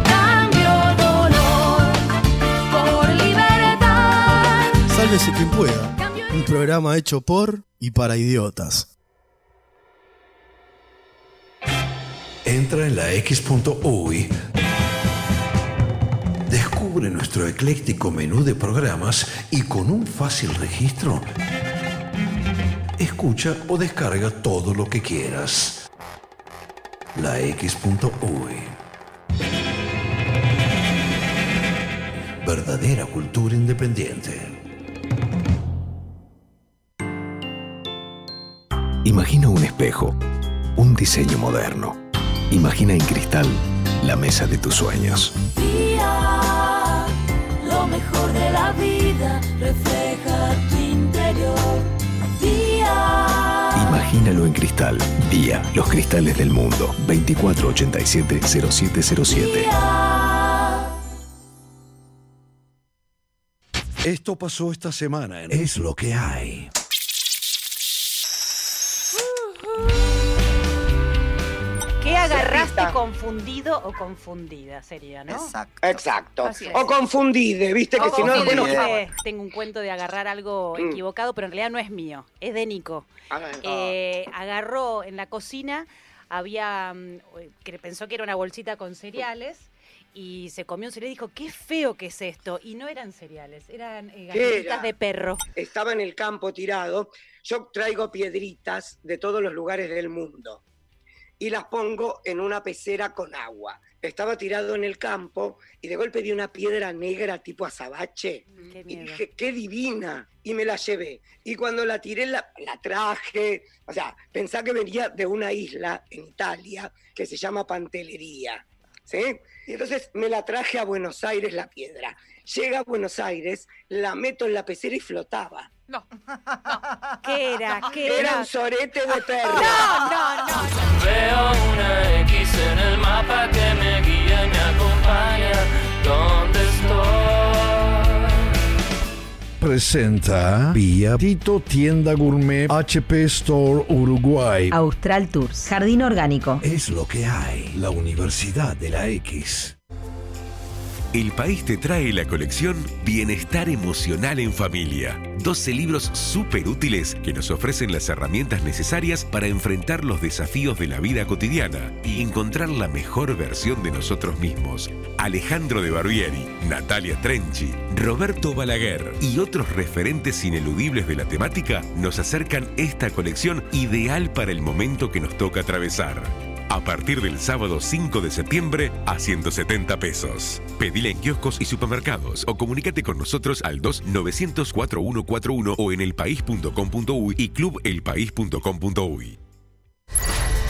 Cambio dolor por libertad.
Sálvese quien pueda. programa hecho por y para idiotas.
Entra en la X.UI. Descubre nuestro ecléctico menú de programas y con un fácil registro, escucha o descarga todo lo que quieras. La X.UI. Verdadera cultura independiente.
Imagina un espejo, un diseño moderno. Imagina en cristal la mesa de tus sueños.
Día, lo mejor de la vida refleja tu interior. Día,
Imagínalo en cristal. Día, los cristales del mundo. 2487-0707.
Esto pasó esta semana en Es lo que hay.
¿Qué agarraste confundido o confundida sería, no? Exacto.
Exacto.
Así es.
O confundide, viste que
O
si no,
confundida,
bueno, eh,
viste, eh, tengo un cuento de agarrar algo equivocado, pero en realidad no es mío, es de Nico. Eh, agarró en la cocina, había mm, que pensó que era una bolsita con cereales y se comió un cereal y dijo, qué feo que es esto. Y no eran cereales, eran eh,
¿Qué
galletitas
era?
de perro.
Estaba en el campo tirado. Yo traigo piedritas de todos los lugares del mundo y las pongo en una pecera con agua. Estaba tirado en el campo y de golpe vi una piedra negra tipo azabache y <laughs> dije, qué divina. Y me la llevé. Y cuando la tiré, la, la traje. O sea, pensá que venía de una isla en Italia que se llama Pantelería. ¿sí? Y entonces me la traje a Buenos Aires la piedra. Llega a Buenos Aires, la meto en la pecera y flotaba.
¿Qué era? ¿Qué era?
Era un sorete
<laughs>
de perro.
No, no, no.
Veo una X en el mapa que me guía y me acompaña. ¿Dónde estoy?
Presenta Vía Tito Tienda Gourmet HP Store Uruguay.
Austral Tours, Jardín Orgánico.
Es lo que hay. La Universidad de la X.
El país te trae la colección Bienestar Emocional en Familia. 12 libros súper útiles que nos ofrecen las herramientas necesarias para enfrentar los desafíos de la vida cotidiana y encontrar la mejor versión de nosotros mismos. Alejandro de Barbieri, Natalia Trenchi, Roberto Balaguer y otros referentes ineludibles de la temática nos acercan esta colección ideal para el momento que nos toca atravesar. A partir del sábado 5 de septiembre a 170 pesos. Pedila en kioscos y supermercados o comunícate con nosotros al 2-900-4141 o en elpaís.com.uy y clubelpaís.com.uy.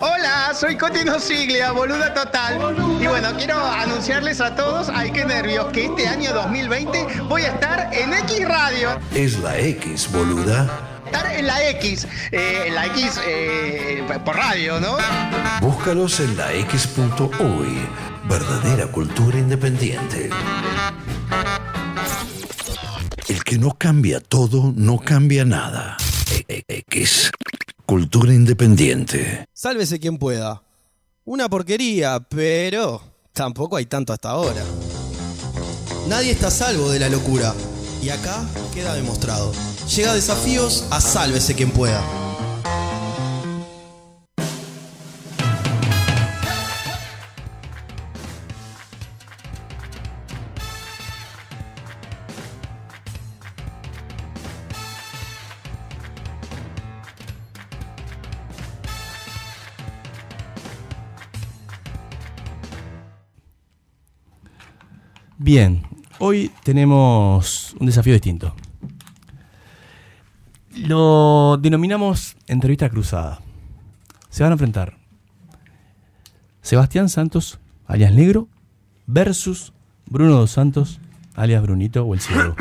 Hola, soy Cotino Siglia, boluda total. Y bueno, quiero anunciarles a todos, ay qué nervios, que este año 2020 voy a estar en X Radio.
Es la X, boluda.
Estar en la X, eh, en la X eh, por radio, ¿no?
Búscalos en la X.uy. Verdadera cultura independiente. El que no cambia todo, no cambia nada. E- e- X. Cultura independiente.
Sálvese quien pueda. Una porquería, pero tampoco hay tanto hasta ahora. Nadie está a salvo de la locura. Y acá queda demostrado. Llega desafíos a sálvese quien pueda.
Bien, hoy tenemos un desafío distinto. Lo denominamos entrevista cruzada. Se van a enfrentar Sebastián Santos, alias Negro, versus Bruno Dos Santos, alias Brunito o el Ciego.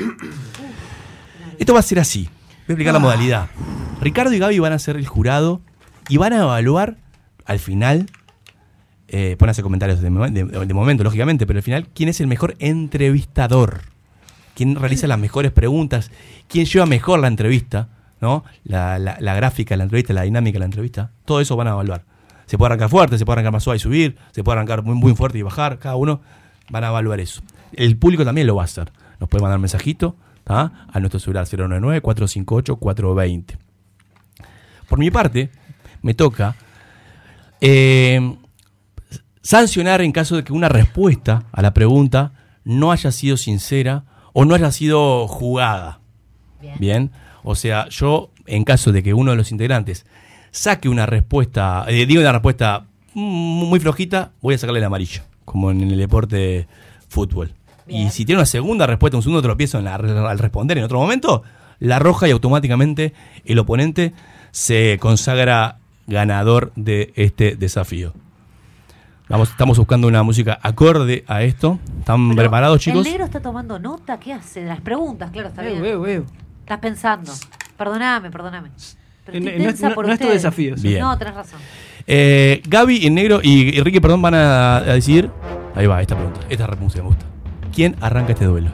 Esto va a ser así. Voy a explicar la modalidad. Ricardo y Gaby van a ser el jurado y van a evaluar al final. Eh, pónganse comentarios de, mo- de- de momento, lógicamente, pero al final, ¿quién es el mejor entrevistador? ¿Quién realiza las mejores preguntas? ¿Quién lleva mejor la entrevista? ¿No? La, la- la gráfica de la entrevista, la dinámica de la entrevista. Todo eso van a evaluar. Se puede arrancar fuerte, se puede arrancar más suave y subir, se puede arrancar muy, muy fuerte y bajar. Cada uno van a evaluar eso. El público también lo va a hacer. Nos puede mandar mensajito ¿tá? a nuestro celular 099-458-420. Por mi parte, me toca eh, sancionar en caso de que una respuesta a la pregunta no haya sido sincera o no haya sido jugada. Bien. O sea, yo, en caso de que uno de los integrantes saque una respuesta, eh, diga una respuesta mm, muy flojita, voy a sacarle el amarillo, como en el deporte fútbol. Y si tiene una segunda respuesta, un segundo tropiezo en la- al responder en otro momento, la roja y automáticamente el oponente se consagra ganador de este desafío. Vamos, estamos buscando una música acorde a esto. ¿Están preparados, chicos?
El negro está tomando nota, ¿qué hace? De las preguntas, claro, está bien. Estás pensando. Perdóname, perdóname. Pero
En-
estoy
en- Eh, no es-
tensa
no-
por
no es tu
ustedes.
desafío,
sí. Bien.
No, tenés razón.
Eh, Gaby en negro y, y Ricky, perdón, van a, a decidir. Ahí va, esta pregunta. Esta música me gusta. ¿Quién arranca este duelo?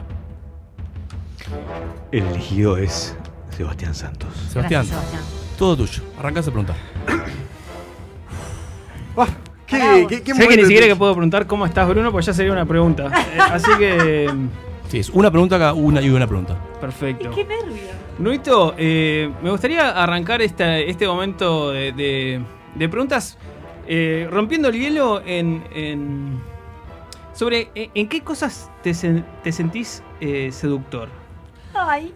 El elegido es Sebastián Santos.
Sebastián,
Gracias,
todo tuyo. Arrancás a preguntar.
¿Qué, sé que
momento
ni siquiera
tenés?
que puedo preguntar cómo estás, Bruno, pues ya sería una <laughs> pregunta. Eh, así que.
Sí, es una pregunta acá, una y una pregunta.
Perfecto. Qué nervio. Brunito, eh, me gustaría arrancar esta- este momento de, de- de preguntas eh, rompiendo el hielo en. en- sobre eh, en qué cosas te, sen- te sentís eh, seductor.
Ay.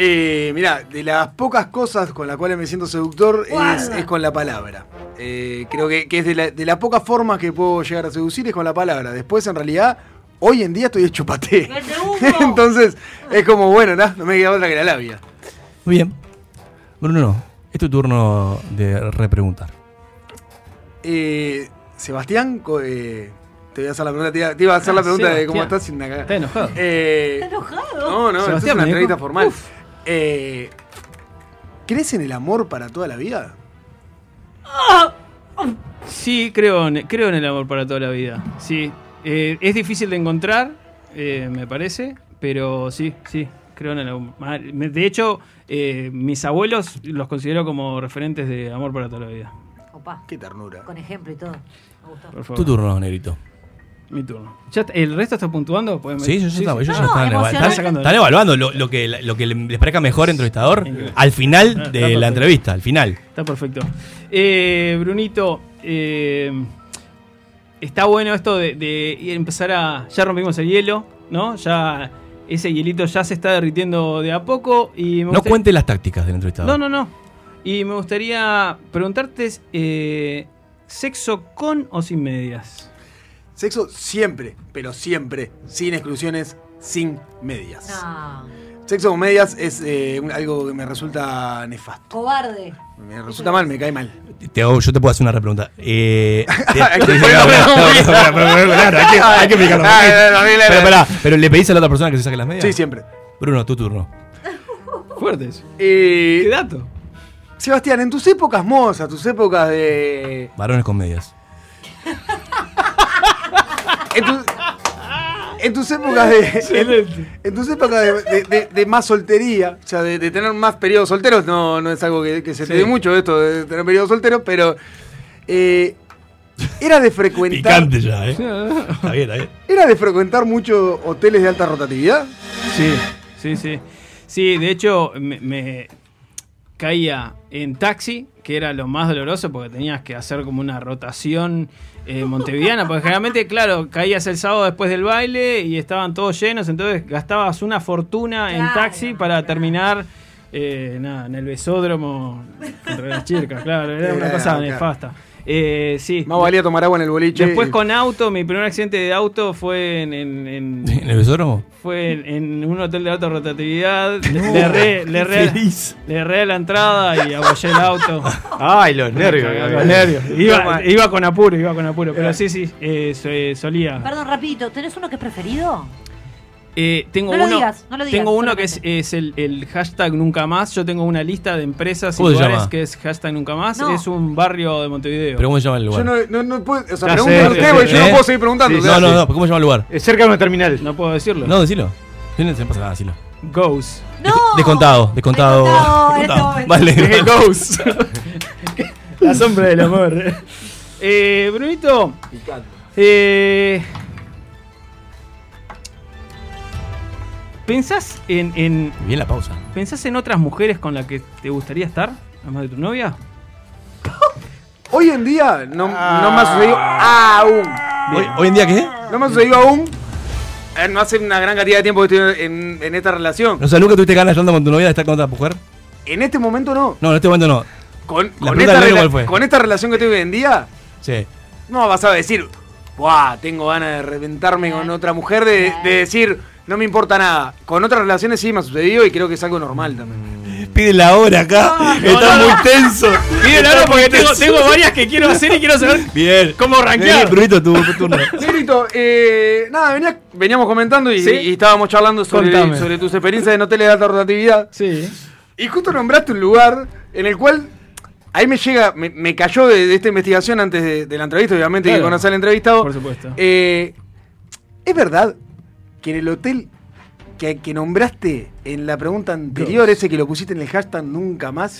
Eh, mirá, de las pocas cosas con las cuales me siento seductor es,
Guarda.
es con la palabra. Eh, creo que, que es de, la- de las pocas formas que puedo llegar a seducir es con la palabra. Después, en realidad, hoy en día estoy hecho paté. <laughs> Entonces, es como, bueno, ¿no? no me queda otra que la labia.
Muy bien. Bruno, no. este Es tu turno de repreguntar.
Eh, Sebastián, co- eh, te voy a hacer la pregunta, te iba, te iba a hacer la pregunta de cómo
Sebastián.
estás sin una cagada.
Está enojado.
Eh,
enojado?
No, no, esto es
Sebastián,
una
me dijo.
entrevista formal. Eh, ¿Crees en el amor para toda la vida?
Sí, creo en, creo en el amor para toda la vida. Sí. Eh, es difícil de encontrar, eh, me parece, pero sí, sí, creo en el amor. Ah, me- De hecho, eh, mis abuelos los considero como referentes de amor para toda la vida.
Opa.
Qué ternura.
Con ejemplo y todo. Me gustó.
Por favor.
Tu turno, negrito.
Mi turno. ¿Ya está- ¿El resto está puntuando? Pueden-
Sí, ellos ya están- ellos ya
No,
están, eva-
emocionante.
están- están evaluando lo, lo que, lo que les parezca mejor entrevistador al final de la entrevista, al final.
Ah, Está perfecto. Eh, Brunito, eh, está bueno esto de, de ir- empezar a. Ya rompimos el hielo, ¿no? Ya ese hielito ya se está derritiendo de a poco. Y me
No
gusta-
cuente las tácticas del entrevistador.
No, no, no. Y me gustaría preguntarte: eh, ¿sexo con o sin medias?
Sexo siempre, pero siempre, sin exclusiones, sin medias. Sexo con medias es eh, un- algo que me resulta nefasto.
Cobarde.
Me resulta mal, me cae mal.
Te hago- yo te puedo hacer una pregunta. <laughs> Eh, te-
Hay que
te-
explicarlo.
no, no, no, pero- pero- pero- claro, hay que- hay que explicarlo.
Ah, no, no, no, no, no.
Pero pará, pero le pedís a la otra persona que se saque las medias.
Sí, siempre.
Bruno, tu turno.
Fuertes.
¿Qué
dato?
Eh, Sebastián, en tus épocas mozas, tus épocas de.
Varones con medias.
En, tus- en tus épocas de. En, en tus épocas de, de- de- de más soltería, o sea, de, de tener más periodos solteros, no, no es algo que, que se te
Sí.
dé mucho esto de tener periodos solteros, pero. eh, era de frecuentar.
Picante ya, ¿eh? Está bien, está bien.
¿Era de frecuentar mucho hoteles de alta rotatividad?
Sí, sí, sí. Sí, de hecho, me, me caía en taxi, que era lo más doloroso porque tenías que hacer como una rotación eh, montevideana. Porque generalmente, claro, caías el sábado después del baile y estaban todos llenos, entonces gastabas una fortuna en taxi para terminar. eh, nada, en el besódromo contra las chircas, claro, era una
Claro,
cosa
claro.
nefasta. Eh, sí.
Más valía tomar agua en el boliche.
Después
y-
con auto, mi primer accidente de auto fue en, en- en-
<laughs> ¿En el besódromo?
fue en, en un hotel de alta rotatividad. Le- le erré,
<laughs>
le erré- le erré a la entrada y apoyé el auto.
Ay, los nervios.
Los nervios. Iba, iba con apuro, iba con apuro. Pero sí, sí, eh, se- solía.
Perdón, rapidito, ¿tenés uno que es preferido?
Eh, tengo
No lo
uno,
digas, no lo digas,
tengo uno que es, es el, el hashtag nunca más. Yo tengo una lista de empresas y
¿Cómo se
lugares
llama?
que es hashtag nunca más.
No.
Es un barrio de Montevideo.
¿Pero cómo se llama el lugar?
Yo no, no, no puedo. O sea,
Ya
pregunto a
sé,
usted,
sí,
porque
sí.
yo no
¿Eh?
puedo seguir preguntando.
Sí,
o sea,
No, no, no, ¿cómo se llama el lugar?
Es cerca de una terminal.
No puedo decirlo.
No, decilo. Sí, No se pasa nada, decilo.
Ghost.
No.
Descontado, descontado.
Descontado, en
descontado.
este momento. <laughs>
Vale.
Dije Ghost.
<laughs>
La sombra del amor. Eh, Brunito. Eh, ¿Pensás en, en-
Bien la pausa.
¿Pensás en otras mujeres con las que te gustaría estar? Además de tu novia.
<laughs> Hoy en día no, ah, no me ha
Ah.
sucedido aún.
¿Hoy, en día qué?
No me ha sucedido aún. Eh, no hace una gran cantidad de tiempo que estoy en, en esta relación.
O sea, ¿nunca tuviste ganas hablando con tu novia de estar con otra mujer?
En este momento no.
No, en este momento no.
Con, con,
pregunta del
esta,
novio,
rela-
¿cuál fue?
con esta relación que estoy hoy en día,
Sí.
no vas a decir, ¡buah! Tengo ganas de reventarme con otra mujer, de, de decir, no me importa nada. Con otras relaciones sí me ha sucedido y creo que es algo normal también.
<laughs> Pide la hora acá. Está
no, no.
<laughs> muy tenso.
Pide la hora
Está muy
porque tengo-
tenso.
tengo varias que quiero hacer y quiero saber
Bien.
cómo rankear.
Bien, Brunito, tu tu turno.
Negrito, eh, nada, venía- veníamos comentando y,
Sí.
y estábamos charlando sobre,
Contame.
sobre tus experiencias en hoteles de alta rotatividad.
Sí.
Y justo nombraste un lugar en el cual. Ahí me llega, me, me cayó de, de esta investigación antes de, de la entrevista, obviamente,
Claro.
que conocer al entrevistado.
Por supuesto.
Eh, ¿Es verdad que en el hotel que, que nombraste en la pregunta anterior, ese que lo pusiste en el hashtag nunca más,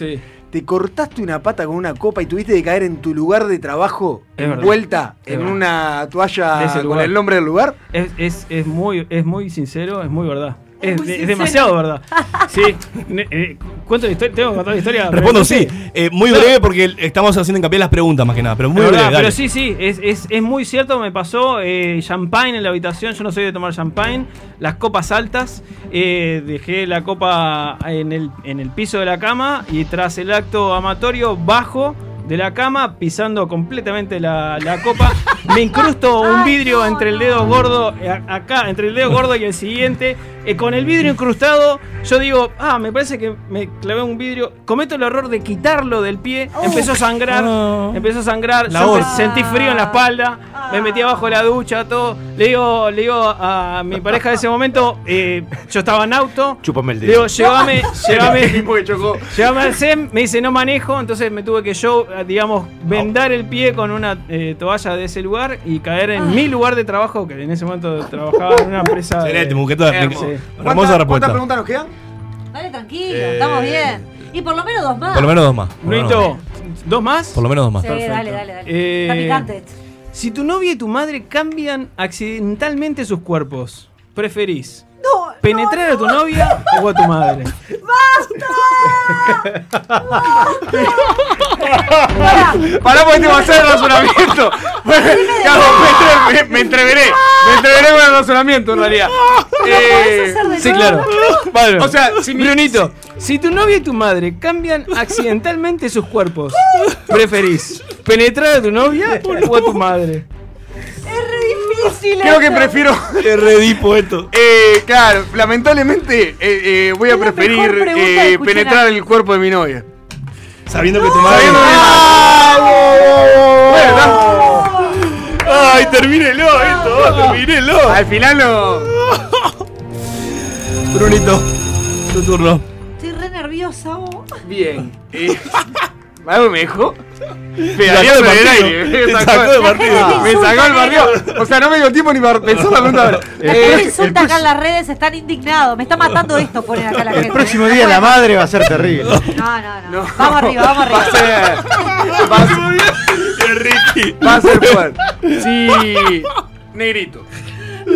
te cortaste una pata con una copa y tuviste que caer en tu lugar de trabajo
Es verdad.
envuelta
Es
en
verdad.
una
De ese
toalla con
lugar.
el nombre del lugar?
Es, es- es muy, es muy sincero, es muy verdad. Es,
muy
de- es
sincero.
demasiado verdad. Sí. Ne- eh, ¿Cuánto la historia? ¿Tengo que contar la
<laughs>
historia?
Respondo sí.
brevemente?
Eh, muy
No.
breve porque estamos haciendo hincapié en las preguntas más que nada. Pero muy
Es
breve,
verdad,
dale.
pero sí, sí, es, es- es muy cierto, me pasó eh, champagne en la habitación, yo no soy de tomar champagne, las copas altas, eh, dejé la copa en el, en el piso de la cama y tras el acto amatorio bajo de la cama, pisando completamente la, la copa, me incrusto un vidrio entre el dedo gordo, eh, a- acá, entre el dedo gordo y el siguiente, eh, con el vidrio incrustado, yo digo, ah, me parece que me clavé un vidrio, cometo el error de quitarlo del pie, empezó a sangrar,
Oh.
empezó a sangrar,
La
yo
bolsa.
sentí frío en la espalda, me metí
Ah.
abajo de la ducha, todo. Le digo, le digo a mi pareja de ese momento, eh, yo estaba en auto.
Chúpame el
Le
dedo.
digo,
<laughs>
llévame,
El
<laughs>
llévame,
mismo que chocó.
llévame al SEM, me dice no manejo, entonces me tuve que yo, eh, digamos, vendar el pie con una eh, toalla de ese lugar y caer
Ah.
en mi lugar de trabajo, que en ese momento trabajaba en una empresa. de-
Excelente, Mujeto.
Hermoso.
Hermosa
¿Cuántas,
respuesta.
cuántas preguntas nos quedan?
Dale, tranquilo,
Eh,
estamos bien. Y por lo menos dos más.
Por lo menos dos más. por lo menos dos
Brunito, ¿dos más?
más. Por lo menos dos más.
Sí,
Perfecto.
dale, dale, dale.
Eh,
Está picante.
Si tu novia y tu madre cambian accidentalmente sus cuerpos, ¿preferís
No, Pues
penetrar a tu novia o a tu madre?
Pará, pará porque te va a hacer el razonamiento. Claro, me, entre- me- me entreveré. Me entreveré con el razonamiento en realidad. Eh,
Sí, claro. o sea, si Brunito, si tu novia y tu madre cambian accidentalmente sus cuerpos, ¿preferís penetrar a tu <laughs> novia o a tu madre?
Difícil.
Creo que prefiero.
<laughs> Es redipo esto.
Eh, claro, lamentablemente eh, eh, voy a
la
preferir
mejor pregunta que
eh,
escuché en
penetrar
la-
el cuerpo de mi novia.
Sabiendo que tu madre.
Ah, ¡Ay, termínelo esto! ¡Termínelo! Ah. Al final no.
<laughs> Brunito, tu turno.
Estoy re nerviosa. vos.
Bien. Eh, ¿Algo me dejó? Me
sacó
<laughs>
salió
de
por el
partido. <laughs> Te
aire. Me
sacó de partido.
Me sacó el partido. O sea, no me dio tiempo ni para pensar la pregunta.
<laughs>
ahora.
La
Eh,
gente insulta acá en las redes, están indignados. Me está matando esto, ponen acá
<laughs>
la gente.
El próximo día la madre va a ser terrible.
No, no, no.
<laughs>
Vamos arriba, vamos
Va a
arriba.
ser. Va a ser. Va a ser fuerte. Sí. Negrito.
<laughs>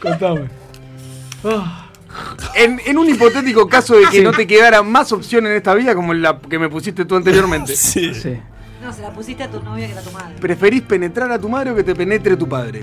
Contame.
En, en un hipotético caso de que no te quedara más opción en esta vida como la que me pusiste tú anteriormente,
<laughs> Sí.
No, se la pusiste a tu novia que era tu madre.
¿preferís penetrar a tu madre o que te penetre tu padre?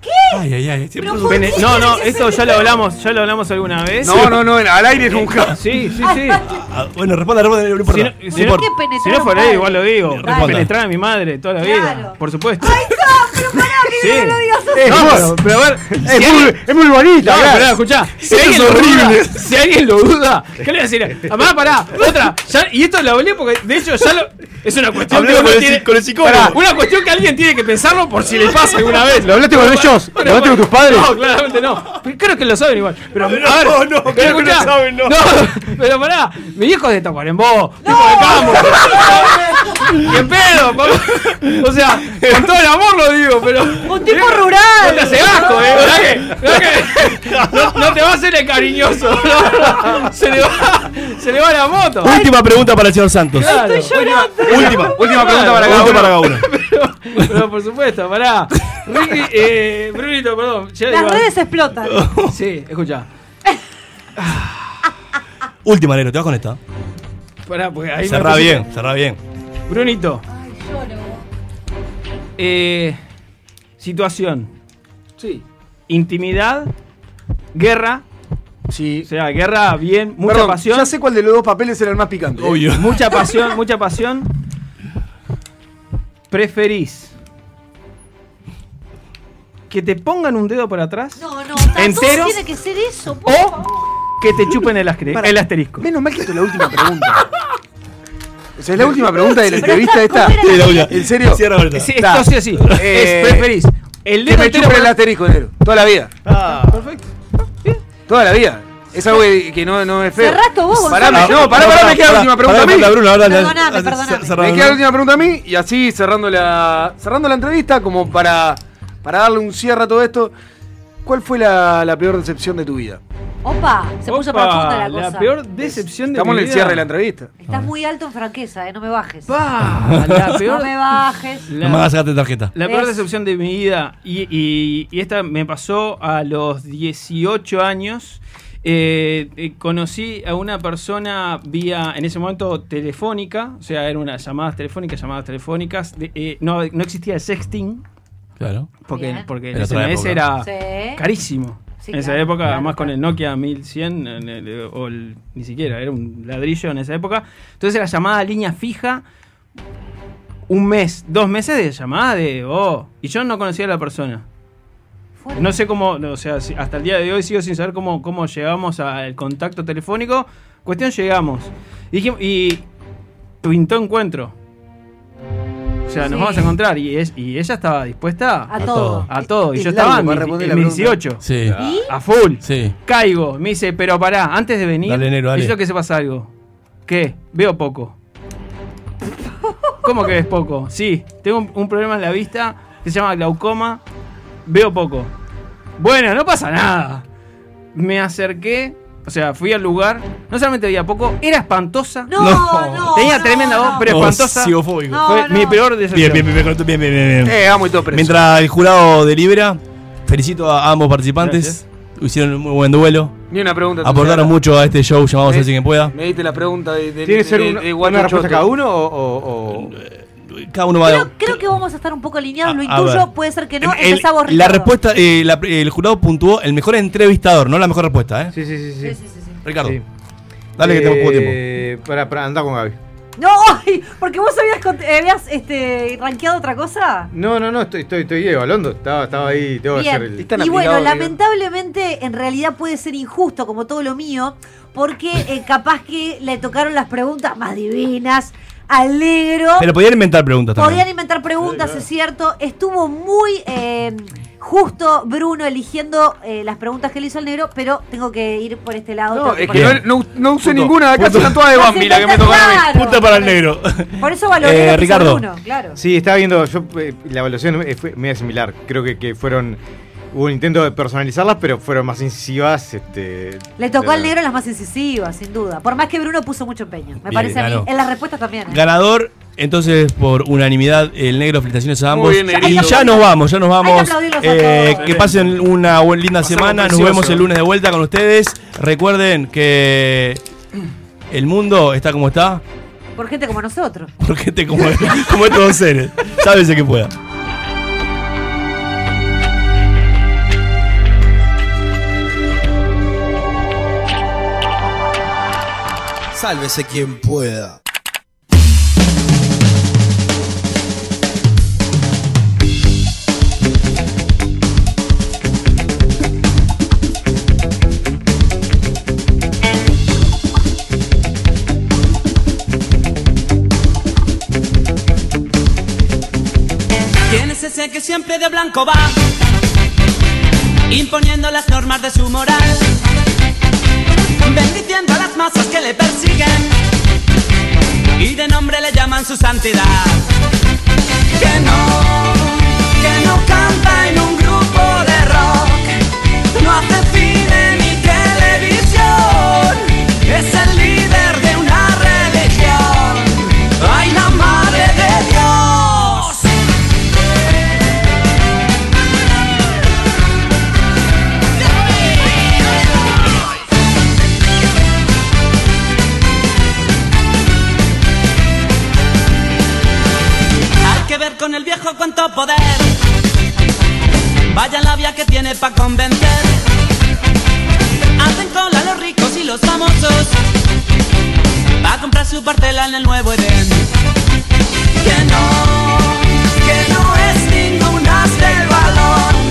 ¿Qué?
Ay, ay, ay. se puso-
Vene- no, no, esto ya lo hablamos, ya lo hablamos alguna vez.
No, no, no,
al aire nunca. Sí, sí, sí.
Ah, bueno, responda, responda, no importa.
Si no, si no-
importa.
si no fuera él, igual lo digo.
Responda.
Penetrar a mi madre toda la vida. Por supuesto. Sí. Eh,
Es
No,
vos.
pero, pero a ver.
Es muy-
es muy bonita. No,
claro.
pero escuchá. Si
Eso
alguien
es
lo
horrible.
duda, si alguien lo duda, ¿qué le voy a decir? Amá, pará, otra. Ya- y esto lo hablé porque, de hecho, ya lo. Es una cuestión
Hablemos
que uno
con el
tiene-
psi- con el psicólogo.
Pará, una cuestión que alguien tiene que pensarlo por si le pasa alguna vez.
¿Lo hablaste con
Pero,
ellos?
pero,
¿Lo hablaste con tus padres?
No, claramente no. Pero creo que lo saben igual. Pero, a ver,
no, no,
pero
creo que lo
escuchá.
saben, no.
pero pará, mi hijo es de Tacuarembó, tipo de campo.
<laughs>
¿Qué pedo, papá? O sea, con todo el amor lo digo, pero. Un tipo
rural.
No te hace asco, eh. ¿verdad que- verdad que- no, no te va a hacer el cariñoso. ¿no? Se, le va, se le va la moto.
Última pregunta para el señor Santos.
Claro.
Última, última pregunta para cada uno.
Última
Para cada uno.
Pero por supuesto, pará. Ricky, eh, Brunito, perdón. ya
Las
iba.
redes explotan.
Sí, escucha.
Última, Lero, te vas con esta.
Pará, porque ahí me
Cerrá
pusiste-
bien, cerrá bien.
Brunito. Eh, situación. Sí. Intimidad. Guerra. Sí. O sea, guerra, bien, mucha
Perdón,
pasión.
Ya sé cuál de los dos papeles era el más picante. ¿eh?
<laughs>
<laughs>
Mucha pasión, mucha pasión. ¿Preferís que te pongan un dedo para atrás?
No, no, tanto
¿Enteros?
tiene que ser eso. por
¿O
favor.
que te chupen el, ascre-
Pará.
el asterisco?
Menos mal que esto es la última pregunta. O sea, es la última pregunta de la entrevista esta. ¿En serio?
Sí,
Está.
esto sí, así.
Eh,
es, preferís el
que
dedo
me
entero
chupen
para-
el asterisco negro. Toda la vida.
Perfecto.
Toda la vida. Es algo que, que no, no es feo.
Cerraste vos, Gonzalo.
Pará, me- no, pará, pará,
No, pará,
me queda la
pará,
última
pará,
pregunta a mí.
pará, Bruno, ahora- Perdoname, perdoname.
Me
Cerrame.
queda la última pregunta a mí y así cerrando la, cerrando la entrevista como para, para darle un cierre a todo esto. ¿Cuál fue la, la peor decepción de tu vida?
Opa, se puso
Opa,
profunda la cosa.
peor decepción de
Estamos en
mi
el
vida.
cierre de la entrevista.
Estás muy alto en franqueza, eh, no me
<laughs>
bajes.
la peor-
No me bajes.
La-
No me hagas sacarte tarjeta.
La peor
Es-
decepción de mi vida, y, y- y esta me pasó a los 18 años, eh, eh, conocí a una persona vía, en ese momento, telefónica, o sea, eran unas llamadas telefónicas, llamadas telefónicas, de- eh, no, no existía el sexting,
Claro.
porque,
Bien.
porque el
Era otra
SMS era
Ah,
época.
Sí.
carísimo.
¿eh? Sí,
en esa
claro,
época,
claro,
además con el Nokia 1100, en el- eh, o el- ni siquiera, era un ladrillo en esa época. Entonces era llamada línea fija, un mes, dos meses de llamada de, oh, y yo no conocía a la persona. No sé cómo, no, o sea, si- hasta el día de hoy sigo sin saber cómo, cómo llegamos al contacto telefónico. Cuestión, llegamos. Y, dijimos- y pintó encuentro. O sea, nos
Sí.
vamos a encontrar. Y, es, y ella estaba dispuesta
A todo.
A todo. Y
Es
yo
largo
estaba en
para
mi-
responder
en
la
mi
pregunta.
18.
Sí.
¿Y? A full.
Sí.
Caigo. Me dice, pero pará, antes de venir,
Dale, Nero, dale.
necesito que sepas algo. ¿Qué? Veo poco. ¿Cómo que ves poco? Sí, tengo un, un problema en la vista que se llama glaucoma. Veo poco. Bueno, no pasa nada. Me acerqué, o sea, fui al lugar. No solamente veía poco, era espantosa. No,
no,
Tenía
no,
tremenda voz,
no.
pero espantosa.
Osiofóbico.
Fue mi peor decepción.
Oh, Bien, bien, bien, bien, bien, bien, bien, bien.
Eh, amo y todo preso.
Mientras el jurado delibera, felicito a ambos participantes. Hicieron un muy buen duelo.
Ni una pregunta.
Aportaron
Luciana.
mucho a este show llamado Así que pueda.
Eh, Me diste la pregunta de. de
¿Tiene que ser
de-
una-
de
una
Guacho
respuesta
Choto.
cada uno o.? o- o-
Cada uno va a.
Creo que vamos a estar un poco alineados, lo
a
intuyo,
ver.
puede ser que no.
El-
Empezá vos,
la
Ricardo.
respuesta, eh, la- el jurado puntuó el mejor entrevistador, no la mejor respuesta, ¿eh? Sí,
sí, sí. sí.
Ricardo. Dale que tenemos poco
Eh,
tiempo. Para, para, Eh, andá con Gaby.
No, ay, porque vos habías, cont- eh, habías este, rankeado otra cosa.
No, no, no, estoy, estoy, estoy Balondo. Estaba, estaba ahí, tengo que
Bien.
hacer el.
Y bueno,
eh.
lamentablemente en realidad puede ser injusto, como todo lo mío, porque eh, capaz que le tocaron las preguntas más divinas, alegro.
Pero podían inventar preguntas también.
Podían inventar preguntas, es cierto. Estuvo muy eh, justo Bruno eligiendo eh, las preguntas que le hizo al negro, pero tengo que ir por este lado.
No,
tengo
es
por
que
este-
no, no- no usé
Punto.
ninguna, acá
Punto.
están todas de
Casi
Bambi, la que me
tantas-
tocaron a mí.
Claro.
Punto para el negro.
Por eso valoré
Eh,
lo que hizo
Ricardo.
Bruno, claro.
Sí, estaba viendo, yo, eh, la evaluación eh, fue media similar. Creo que, que fueron, hubo un intento de personalizarlas, pero fueron más incisivas. Este,
Le tocó al
pero-
negro las más incisivas, sin duda. Por más que Bruno puso mucho empeño, me
Bien,
parece a mí.
ganó.
En las respuestas también. ¿eh?
Ganador, entonces por unanimidad, el negro, felicitaciones a ambos.
Muy bien,
y
negrito.
ya nos vamos, ya nos
Hay
vamos.
que aplaudirlos a
Eh,
todos.
que pasen una buena linda semana. Nos
precioso.
vemos el lunes de vuelta con ustedes. Recuerden que el mundo está como está,
Por gente como nosotros.
por gente como, <laughs> como estos dos seres. Sábese que pueda.
Sálvese quien pueda.
¿Quién es ese que siempre de blanco va? Imponiendo las normas de su moral. Bendiciendo a las masas que le persiguen. Y de nombre le llaman su santidad. Que no, que no canta en un grupo de rock. No hace cine ni televisión. Es el líder de una religión. ¡Ay, la madre de Dios! Hay que ver con el viejo cuánto poder. Vaya labia que tiene pa' convencer. Hacen cola los ricos y los famosos. Va a comprar su parcela en el nuevo Edén. Que no, que no es ningún as del balón.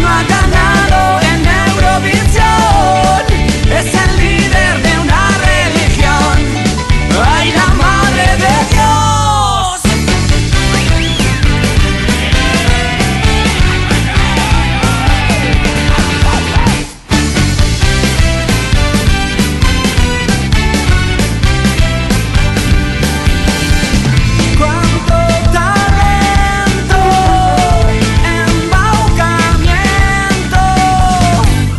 No ha ganado en Eurovisión. Es el líder de una religión. ¡Ay, la madre de Dios! Cuánto talento, embaucamiento.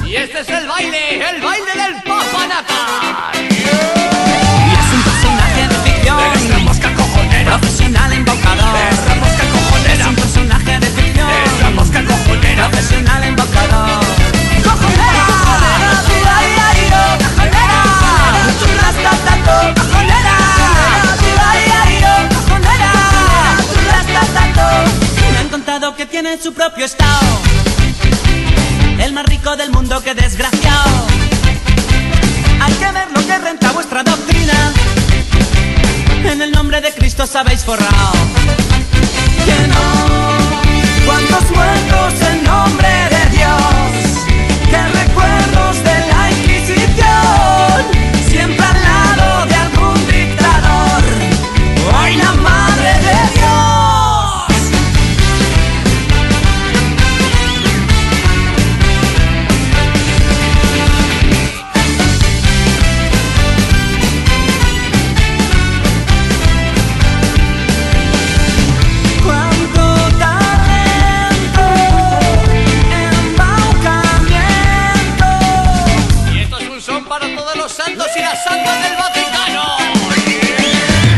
Y este es el baile, el baile del papanata. Y es un personaje de ficción. Eres la mosca cojonera. Profesional embaucador. Es la mosca cojonera. Es un personaje de ficción. Es la mosca cojonera. Profesional embaucador. Cojonera. Cojonera, tira y airo. Cojonera. Tú la estás dando. Cojonera. Tira y airo. Cojonera. Tú la estás dando. Me han contado que tiene su propio estado. El más rico del mundo, que desgraciado. Hay que ver lo que renta vuestra doctrina. En el nombre de Cristo sabéis forrado. Que no, cuántos muertos en nombre de Dios. Que recuerdos de la Inquisición. Siempre al lado de algún dictador. ¡Ay, la madre de Dios! Cuánto talento, embaucamiento. Y esto es un son para todos los santos y las santas del Vaticano.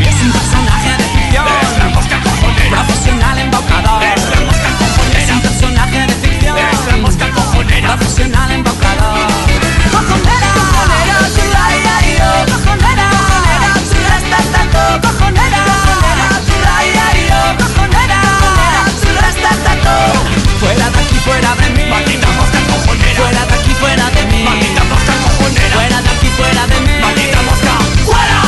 Es un personaje de ficción. Es la mosca cojonera. Profesional embaucador. Es la mosca cojonera. Es un personaje de ficción. Es la mosca cojonera. Profesional embaucador. Cojonera. Cojonera, sí, ay, ay, oh. Cojonera. Cojonera, sí, la estás dando. Cojonera. Cojonera, sí, ay, ay, oh. Cojonera. Cojonera, sí, la estás dando. Fuera de aquí, fuera de mí. Maldita mosca cojonera. Fuera de aquí, fuera de mí. Maldita mosca cojonera. Fuera de aquí, fuera de mí. Maldita mosca. ¡Fuera!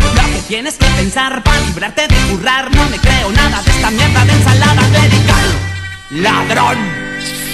Lo que tienes que pensar para librarte de currar No me creo nada de esta mierda de ensalada clerical ¡Ladrón!